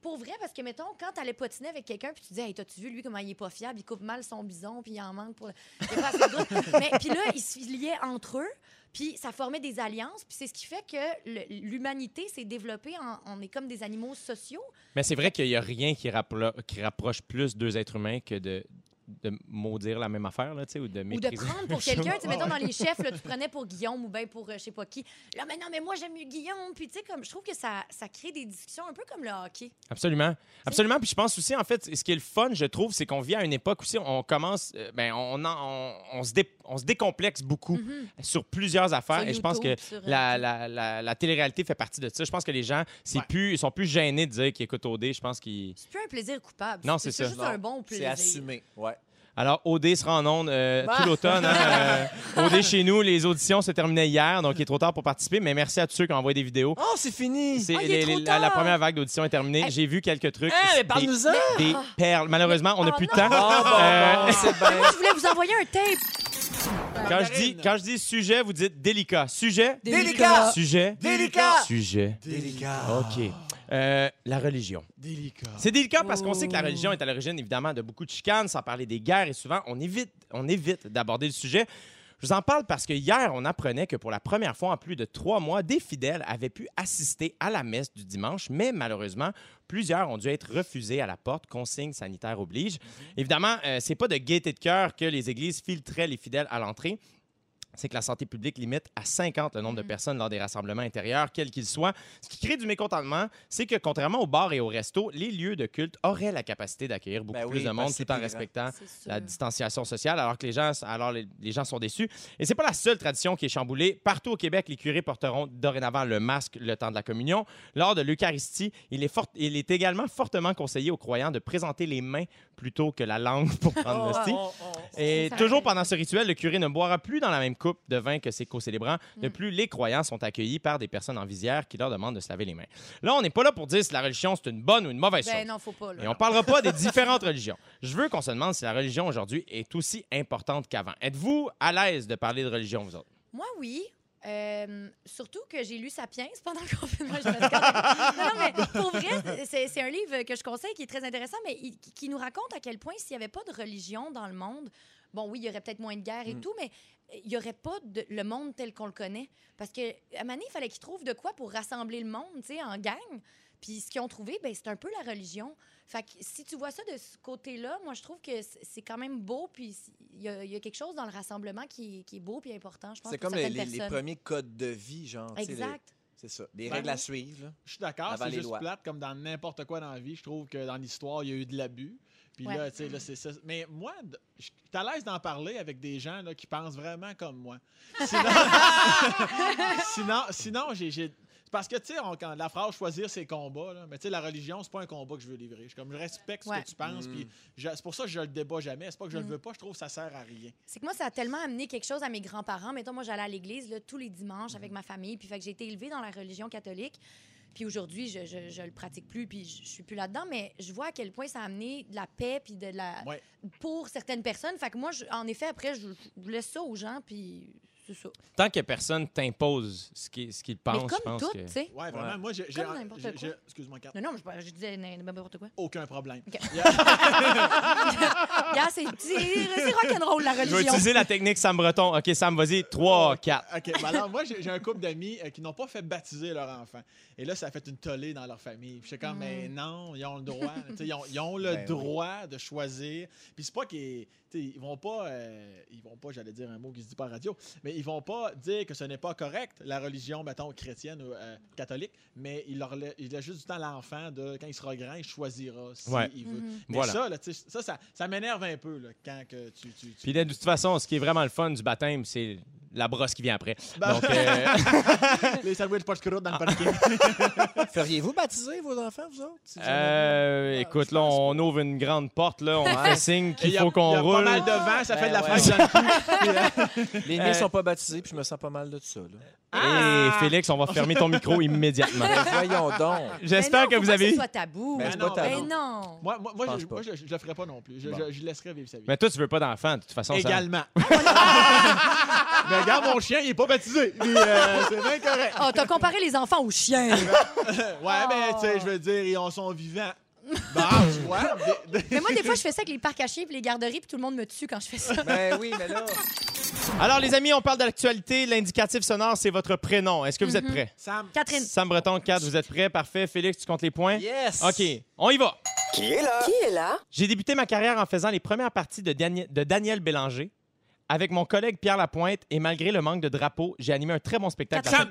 Pour vrai, parce que, mettons, quand t'allais potiner avec quelqu'un, puis tu disais, hey, t'as-tu vu, lui, comment il est pas fiable, il coupe mal son bison, puis il en manque pour. le- il est pas assez (laughs) drôle. Mais puis là, ils se liaient entre eux, puis ça formait des alliances, puis c'est ce qui fait que le- l'humanité s'est développée, en- on est comme des animaux sociaux. Mais c'est vrai qu'il n'y a rien qui, rappro- qui rapproche plus deux êtres humains que de, de maudire la même affaire, là, tu sais, ou de Ou de mépriser. prendre (laughs) pour quelqu'un, tu sais, mettons dans les chefs, là, tu prenais pour Guillaume ou bien pour euh, je sais pas qui. Là, mais non, mais moi j'aime mieux Guillaume. Puis tu sais, comme je trouve que ça, ça crée des discussions un peu comme le hockey. Absolument. Absolument. Puis je pense aussi, en fait, ce qui est le fun, je trouve, c'est qu'on vit à une époque aussi, on commence, euh, ben, on, en- on, on se, dé- on se décomplexe beaucoup sur plusieurs affaires. Sur et je pense que YouTube, sur, euh, la, la, la, la télé-réalité fait partie de ça. Je pense que les gens, c'est plus, ils sont plus gênés de dire qu'ils écoutent OD. Je pense qu'ils. C'est plus un plaisir coupable. Non, c'est ça. juste Non, un bon C'est plaisir. assumé, ouais. Alors, OD sera en ondes euh, Ah! tout l'automne. hein, euh, OD chez nous, les auditions se terminaient hier, donc il est trop tard pour participer. Mais merci à tous ceux qui ont envoyé des vidéos. Oh, c'est fini! C'est- Ah, il les- est trop les- la, la tard. première vague d'audition est terminée. Eh. J'ai vu quelques trucs. Hey, mais Des- parle-nous-en! des perles. Malheureusement, on n'a Oh plus de non! temps. Ah, bon, Euh, (laughs) bon, c'est bien. (laughs) Je voulais vous envoyer un tape. quand, je dis, quand je dis sujet, vous dites délicat. Sujet. Délicat! Sujet. Délicat! Sujet. Délicat. OK. Euh, la religion. Délicat. C'est délicat parce qu'on sait que la religion est à l'origine, évidemment, de beaucoup de chicanes, sans parler des guerres, et souvent, on évite, on évite d'aborder le sujet. Je vous en parle parce que hier, on apprenait que pour la première fois en plus de trois mois, des fidèles avaient pu assister à la messe du dimanche, mais malheureusement, plusieurs ont dû être refusés à la porte, consigne sanitaire oblige. Évidemment, euh, c'est pas de gaieté de cœur que les églises filtraient les fidèles à l'entrée. C'est que la santé publique limite à 50 le nombre de personnes lors des rassemblements intérieurs, quels qu'ils soient. Ce qui crée du mécontentement, c'est que contrairement aux bars et aux restos, les lieux de culte auraient la capacité d'accueillir beaucoup Ben plus oui, de parce monde que c'est tout en plus grand. respectant C'est sûr. Hein, la distanciation sociale, alors que les gens, alors les, les gens sont déçus. Et c'est pas la seule tradition qui est chamboulée. Partout au Québec, les curés porteront dorénavant le masque le temps de la communion. Lors de l'Eucharistie, il, est fort- il est également fortement conseillé aux croyants de présenter les mains plutôt que la langue pour prendre l'hostie. Et Oh, Ça toujours arrive. pendant ce rituel, le curé ne boira plus dans la même coupe de vin que ses co-célébrants. De Mm. plus, les croyants sont accueillis par des personnes en visière qui leur demandent de se laver les mains. Là, on n'est pas là pour dire si la religion c'est une bonne ou une mauvaise chose. Ben non, faut pas. là. Et on parlera pas des différentes religions. Je veux qu'on se demande si la religion aujourd'hui est aussi importante qu'avant. Êtes-vous à l'aise de parler de religion, vous autres? Moi, oui. Euh, surtout que j'ai lu Sapiens pendant le confinement. Je me suis calmée. non, non, mais pour vrai, c'est c'est un livre que je conseille qui est très intéressant, mais il- qui qui nous raconte à quel point s'il n'y avait pas de religion dans le monde, Bon, oui, il y aurait peut-être moins de guerre Mm. et tout, mais il n'y aurait pas de- le monde tel qu'on le connaît. Parce que à Mané, il fallait qu'ils trouvent de quoi pour rassembler le monde, tu sais, en gang. Puis ce qu'ils ont trouvé, ben, c'est un peu la religion. Fait que si tu vois ça de ce côté-là, moi, je trouve que c- c'est quand même beau. Puis il y, a- il y a quelque chose dans le rassemblement qui, qui est beau puis important, je pense, C'est pour comme les, certaines les- les personnes. premiers codes de vie, genre. tu sais, les- Exact. C'est ça. Des Ben règles à oui. suivre. là. Je suis d'accord, Avant c'est les juste lois. plate comme dans n'importe quoi dans la vie. Je trouve que dans l'histoire, il y a eu de l'abus. Puis Ouais. là, tu sais, là, c'est ça. Mais moi, d- je suis à l'aise d'en parler avec des gens là, qui pensent vraiment comme moi. Sinon, (laughs) sinon, sinon j'ai- j'ai. c'est Parce que, tu sais, on- quand la phrase choisir ses combats, là, mais tu sais, la religion, c'est pas un combat que je veux livrer. Je, suis comme, je respecte ce Ouais. que tu penses, Mm. puis je- c'est pour ça que je le débat jamais. C'est pas que je le Mm. veux pas, je trouve que ça sert à rien. C'est que moi, ça a tellement amené quelque chose à mes grands-parents. Mettons, moi, j'allais à l'église là, tous les dimanches Mhm. avec ma famille. Puis fait que j'ai été élevée dans la religion catholique. Puis aujourd'hui, je, je, je le pratique plus, puis je, je suis plus là-dedans. Mais je vois à quel point ça a amené de la paix, puis de la... Ouais. Pour certaines personnes. Fait que moi, je- en effet, après, je, je laisse ça aux gens, puis c'est ça. Tant que personne t'impose ce qu'il ce qu'il pense, mais je comme pense tout, que... tu sais. Ouais, vraiment. Ouais. Moi, j'ai. j'ai- Comme n'importe j'ai- quoi. j'ai- Excuse-moi, Kat. Non, non, je, je disais ben, n'importe (laughs) quoi. Aucun problème. Ok. Il y a- Regarde, c'est, c'est, c'est rock'n'roll, la Je vais religion. utiliser la technique Sam Breton. OK, Sam, vas-y. 3, 4. OK. ben alors, moi, j'ai j'ai un couple d'amis euh, qui n'ont pas fait baptiser leur enfant. Et là, ça a fait une tollée dans leur famille. Puis j'étais comme, Mm. mais non, ils ont le droit. Tu sais, ils, ont, ils ont le Ben oui. droit de choisir. Puis c'est pas qu'ils. tu sais, Ils vont pas. euh, ils vont pas, j'allais dire un mot qui se dit pas à radio, mais ils vont pas dire que ce n'est pas correct, la religion, mettons, chrétienne ou euh, catholique, mais il leur la- il laisse juste du temps à l'enfant de. Quand il sera grand, il choisira s'il Ouais. il veut. Mhm. Mais Voilà. ça, là, tu sais, ça, ça, ça m'énerve un peu là, quand que tu. tu, tu- Puis là, de toute façon, ce qui est vraiment le fun du baptême, c'est la brosse qui vient après. Ben- Donc, euh, (laughs) les sandwichs pas de croûte dans Ah. le parking. Feriez-vous baptiser vos enfants, vous autres? si vous en avez? Ah, euh, écoute, là, on ouvre une grande porte, là, on Ouais. fait signe Il qu'il y a- faut il y qu'on a roule. pas mal de vent, ça Ben fait de la ouais, fraise ouais. dans le cou. Les euh, miens sont pas baptisés, puis je me sens pas mal de ça. là. Ah. Et Félix, on va fermer ton micro (laughs) immédiatement. Ben, voyons donc. J'espère Mais non, que faut vous pas avez. ce soit tabou. Ben, c'est pas Mais tabou. non. Moi, moi, moi, Je pense je, pas. moi, je, je le ferais pas non plus. Je, Bon. je- je laisserais vivre sa vie. Mais toi, tu veux pas d'enfant, de toute façon. Sam. Également. mais regarde, mon chien, il est pas baptisé. Puis, euh, c'est bien correct. Oh, t'as comparé les enfants (laughs) aux chiens. Ouais, mais tu sais, je veux dire, ils en sont vivants. Bah, tu vois. des- des- Mais moi, des fois, je fais ça avec les parcs à chiens puis les garderies, puis tout le monde me tue quand je fais ça. (laughs) Ben oui, mais là. Alors, les amis, on parle de l'actualité. L'indicatif sonore, c'est votre prénom. Est-ce que vous êtes prêts? Sam, Catherine. Sam Breton, 4, vous êtes prêts? Parfait. Félix, tu comptes les points? Yes! (laughs) OK, on y va. Qui est là? Qui est là? J'ai débuté ma carrière en faisant les premières parties de, Dani- de Daniel Bélanger avec mon collègue Pierre Lapointe et malgré le manque de drapeaux, j'ai animé un très bon spectacle. Sam.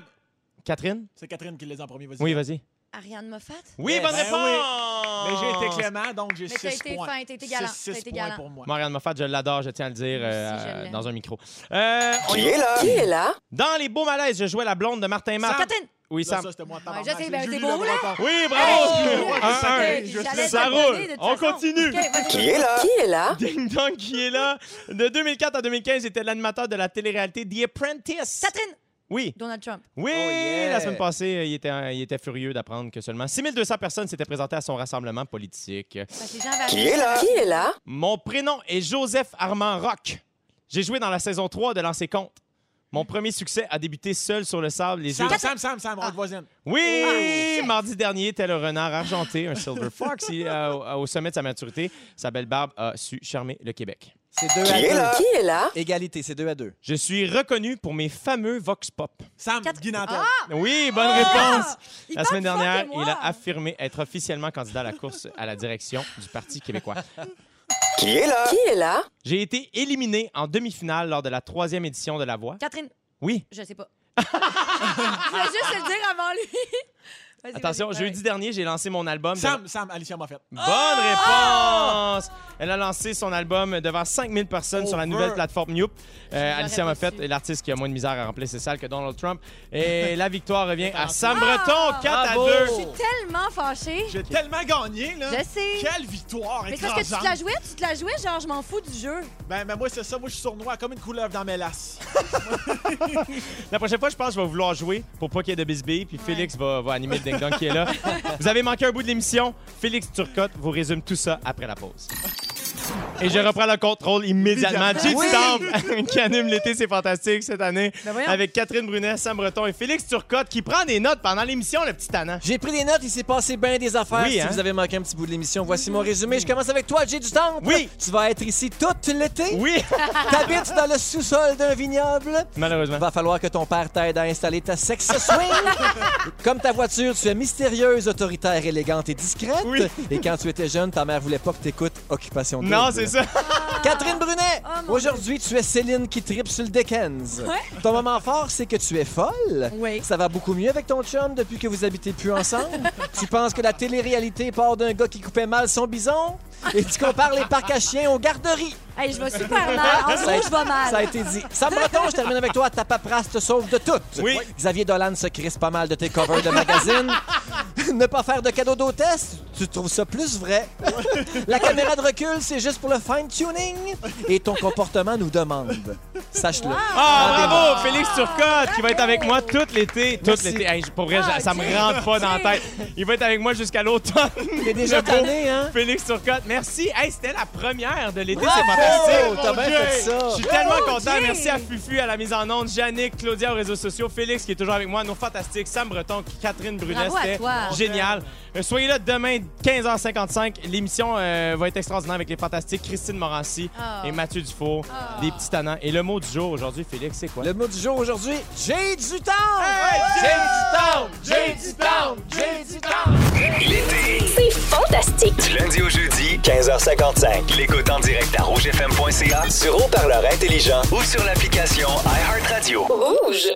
Catherine? C'est Catherine qui les en premier, vas-y. Oui, vas-y. Ariane Moffat. Oui, Yes. bonne Ben réponse! Mais j'ai été clément, donc j'ai Mais t'as 6 été points. fin, t'as été galant, Six- t'as six été points galant. pour moi. Marianne Moffat, je l'adore, je tiens à le dire Moi aussi, euh, je l'aime. dans un micro. Euh, on y Qui va. est là? Qui est là? Dans les beaux malaises, je jouais la blonde de Martin Matt. Sam. Ah, Catherine. Oui, Là, Sam. ça, c'était moi. Ouais, tabarnak. je sais, ben, J'ai t'es vu beau, le là. menton. Oui, bravo! Hey! Un, un. Hey, je J'allais sais. te Ça le donner, roule. de toute On façon. continue. OK, vas-y. Qui est là? Qui est là? Ding Dong qui est là. De 2004 à 2015, j'étais l'animateur de la télé-réalité The Apprentice. Catherine. Oui, Donald Trump. oui, Oh, yeah. la semaine passée, euh, il était, euh, il était furieux d'apprendre que seulement 6200 personnes s'étaient présentées à son rassemblement politique. Parce que les gens avaient Qui est là? Qui est là? Mon prénom est Joseph Armand Rock. J'ai joué dans la saison 3 de Lancer Compte. Mon premier succès a débuté seul sur le sable les yeux. Sam, Sam, Sam, Sam, Ah. on te voisine. Oui! Mardi dernier, tel un renard argenté, un Silver Fox, il, euh, au- au sommet de sa maturité, sa belle barbe a su charmer le Québec. C'est deux Qui est à là? Qui est là? deux. Égalité, c'est deux à deux. Je suis reconnu pour mes fameux Vox Pop. Sam, Quatre- Guy Nantel. Ah. Oui, bonne réponse! Il La semaine parle plus fort dernière, que moi. il a affirmé être officiellement candidat à la course à la direction du Parti québécois. Qui est là? Qui est là? J'ai été éliminé en demi-finale lors de la troisième édition de La Voix. Catherine. Oui, Je sais pas. je voulais juste le dire avant lui. Vas-y, attention, vas-y. jeudi dernier, j'ai lancé mon album. Sam, Sam, Alicia Moffett. Bonne Ah! réponse! Elle a lancé son album devant 5000 personnes sur la Over. nouvelle plateforme Youp. Euh, l'aurais Alicia pas Moffett su. est l'artiste qui a moins de misère à remplir ses salles que Donald Trump. Et la victoire revient à Sam Breton, 4 à Bravo! 2. Je suis tellement fâchée. J'ai tellement gagné, là. Je sais. Quelle victoire Mais c'est parce que tu écrasante. te la jouais, tu te la jouais, genre, je m'en fous du jeu. Ben, ben, moi, c'est ça. Moi, je suis sournois comme une couleuvre dans mes lasses. La prochaine fois, je pense que je vais vouloir jouer pour pas qu'il y ait de bisbilles. Puis Félix va, va animer le ding-dong qui (laughs) est là. Vous avez manqué un bout de l'émission. Félix Turcotte vous résume tout ça après la pause. Et je reprends le contrôle immédiatement. Jay Ah Oui. Temple, (laughs) qui anime l'été, c'est fantastique cette année. Ben voyons. avec Catherine Brunet, Sam Breton et Félix Turcotte qui prend des notes pendant l'émission, le petit Tannant. J'ai pris des notes, il s'est passé bien des affaires. Oui, si hein? vous avez manqué un petit bout de l'émission, voici mon résumé. Je commence avec toi, J'ai du temps. Oui. Tu vas être ici tout l'été. Oui, (laughs) T'habites dans le sous-sol d'un vignoble. malheureusement. Va falloir que ton père t'aide à installer ta sex (laughs) swing. Comme ta voiture, tu es mystérieuse, autoritaire, élégante et discrète. Oui. Et quand tu étais jeune, ta mère voulait pas que t'écoutes Occupation Non, Double. c'est ça. Catherine Brunet, Oh, mon aujourd'hui, tu es Céline qui tripe sur le Dickens. Ton moment fort, c'est que tu es folle. Oui. Ça va beaucoup mieux avec ton chum depuis que vous habitez plus ensemble. (laughs) tu penses que la télé-réalité part d'un gars qui coupait mal son bison et tu compares les parcs à chiens aux garderies. Hey, je (laughs) vais super mal. En Ça a- gros, je vais Ça a mal. été dit. Sam Breton, je termine avec toi. Ta paperasse te sauve de tout. Oui. Xavier Dolan se crisse pas mal de tes covers de (laughs) magazines. ne pas faire de cadeaux d'hôtesse, tu trouves ça plus vrai. La caméra de recul, c'est juste pour le fine-tuning. Et ton comportement nous demande. Sache-le. Ah, bravo, Rendez-vous. Félix Turcotte, qui va être avec moi tout l'été. Tout Merci. l'été. Hey, pour vrai, Ah, ça me rentre pas dans la tête. Il va être avec moi jusqu'à l'automne. T'es déjà (laughs) Le beau tanné, hein? Félix Turcotte, merci. Hey, c'était la première de l'été, c'est Bravo! fantastique. T'as bien fait ça. Je suis tellement Bravo, content. Jay. Merci à Fufu, à la mise en onde, Yannick, Claudia aux réseaux sociaux, Félix qui est toujours avec moi, nos fantastiques, Sam Breton, Catherine Brunet. Bravo à C'était toi. génial. Euh, Soyez là demain, 15h55. L'émission euh, va être extraordinaire avec les fantastiques Christine Morancy Ah. et Mathieu Dufour, des petits tannants. Et le mot du jour aujourd'hui, Félix, c'est quoi? Le mot du jour aujourd'hui, j'ai du temps! J'ai du temps! J'ai du temps! C'est fantastique. Du lundi au jeudi, 15h55. L'écoute en direct à rougefm.ca, sur haut-parleur intelligent ou sur l'application iHeartRadio. Rouge.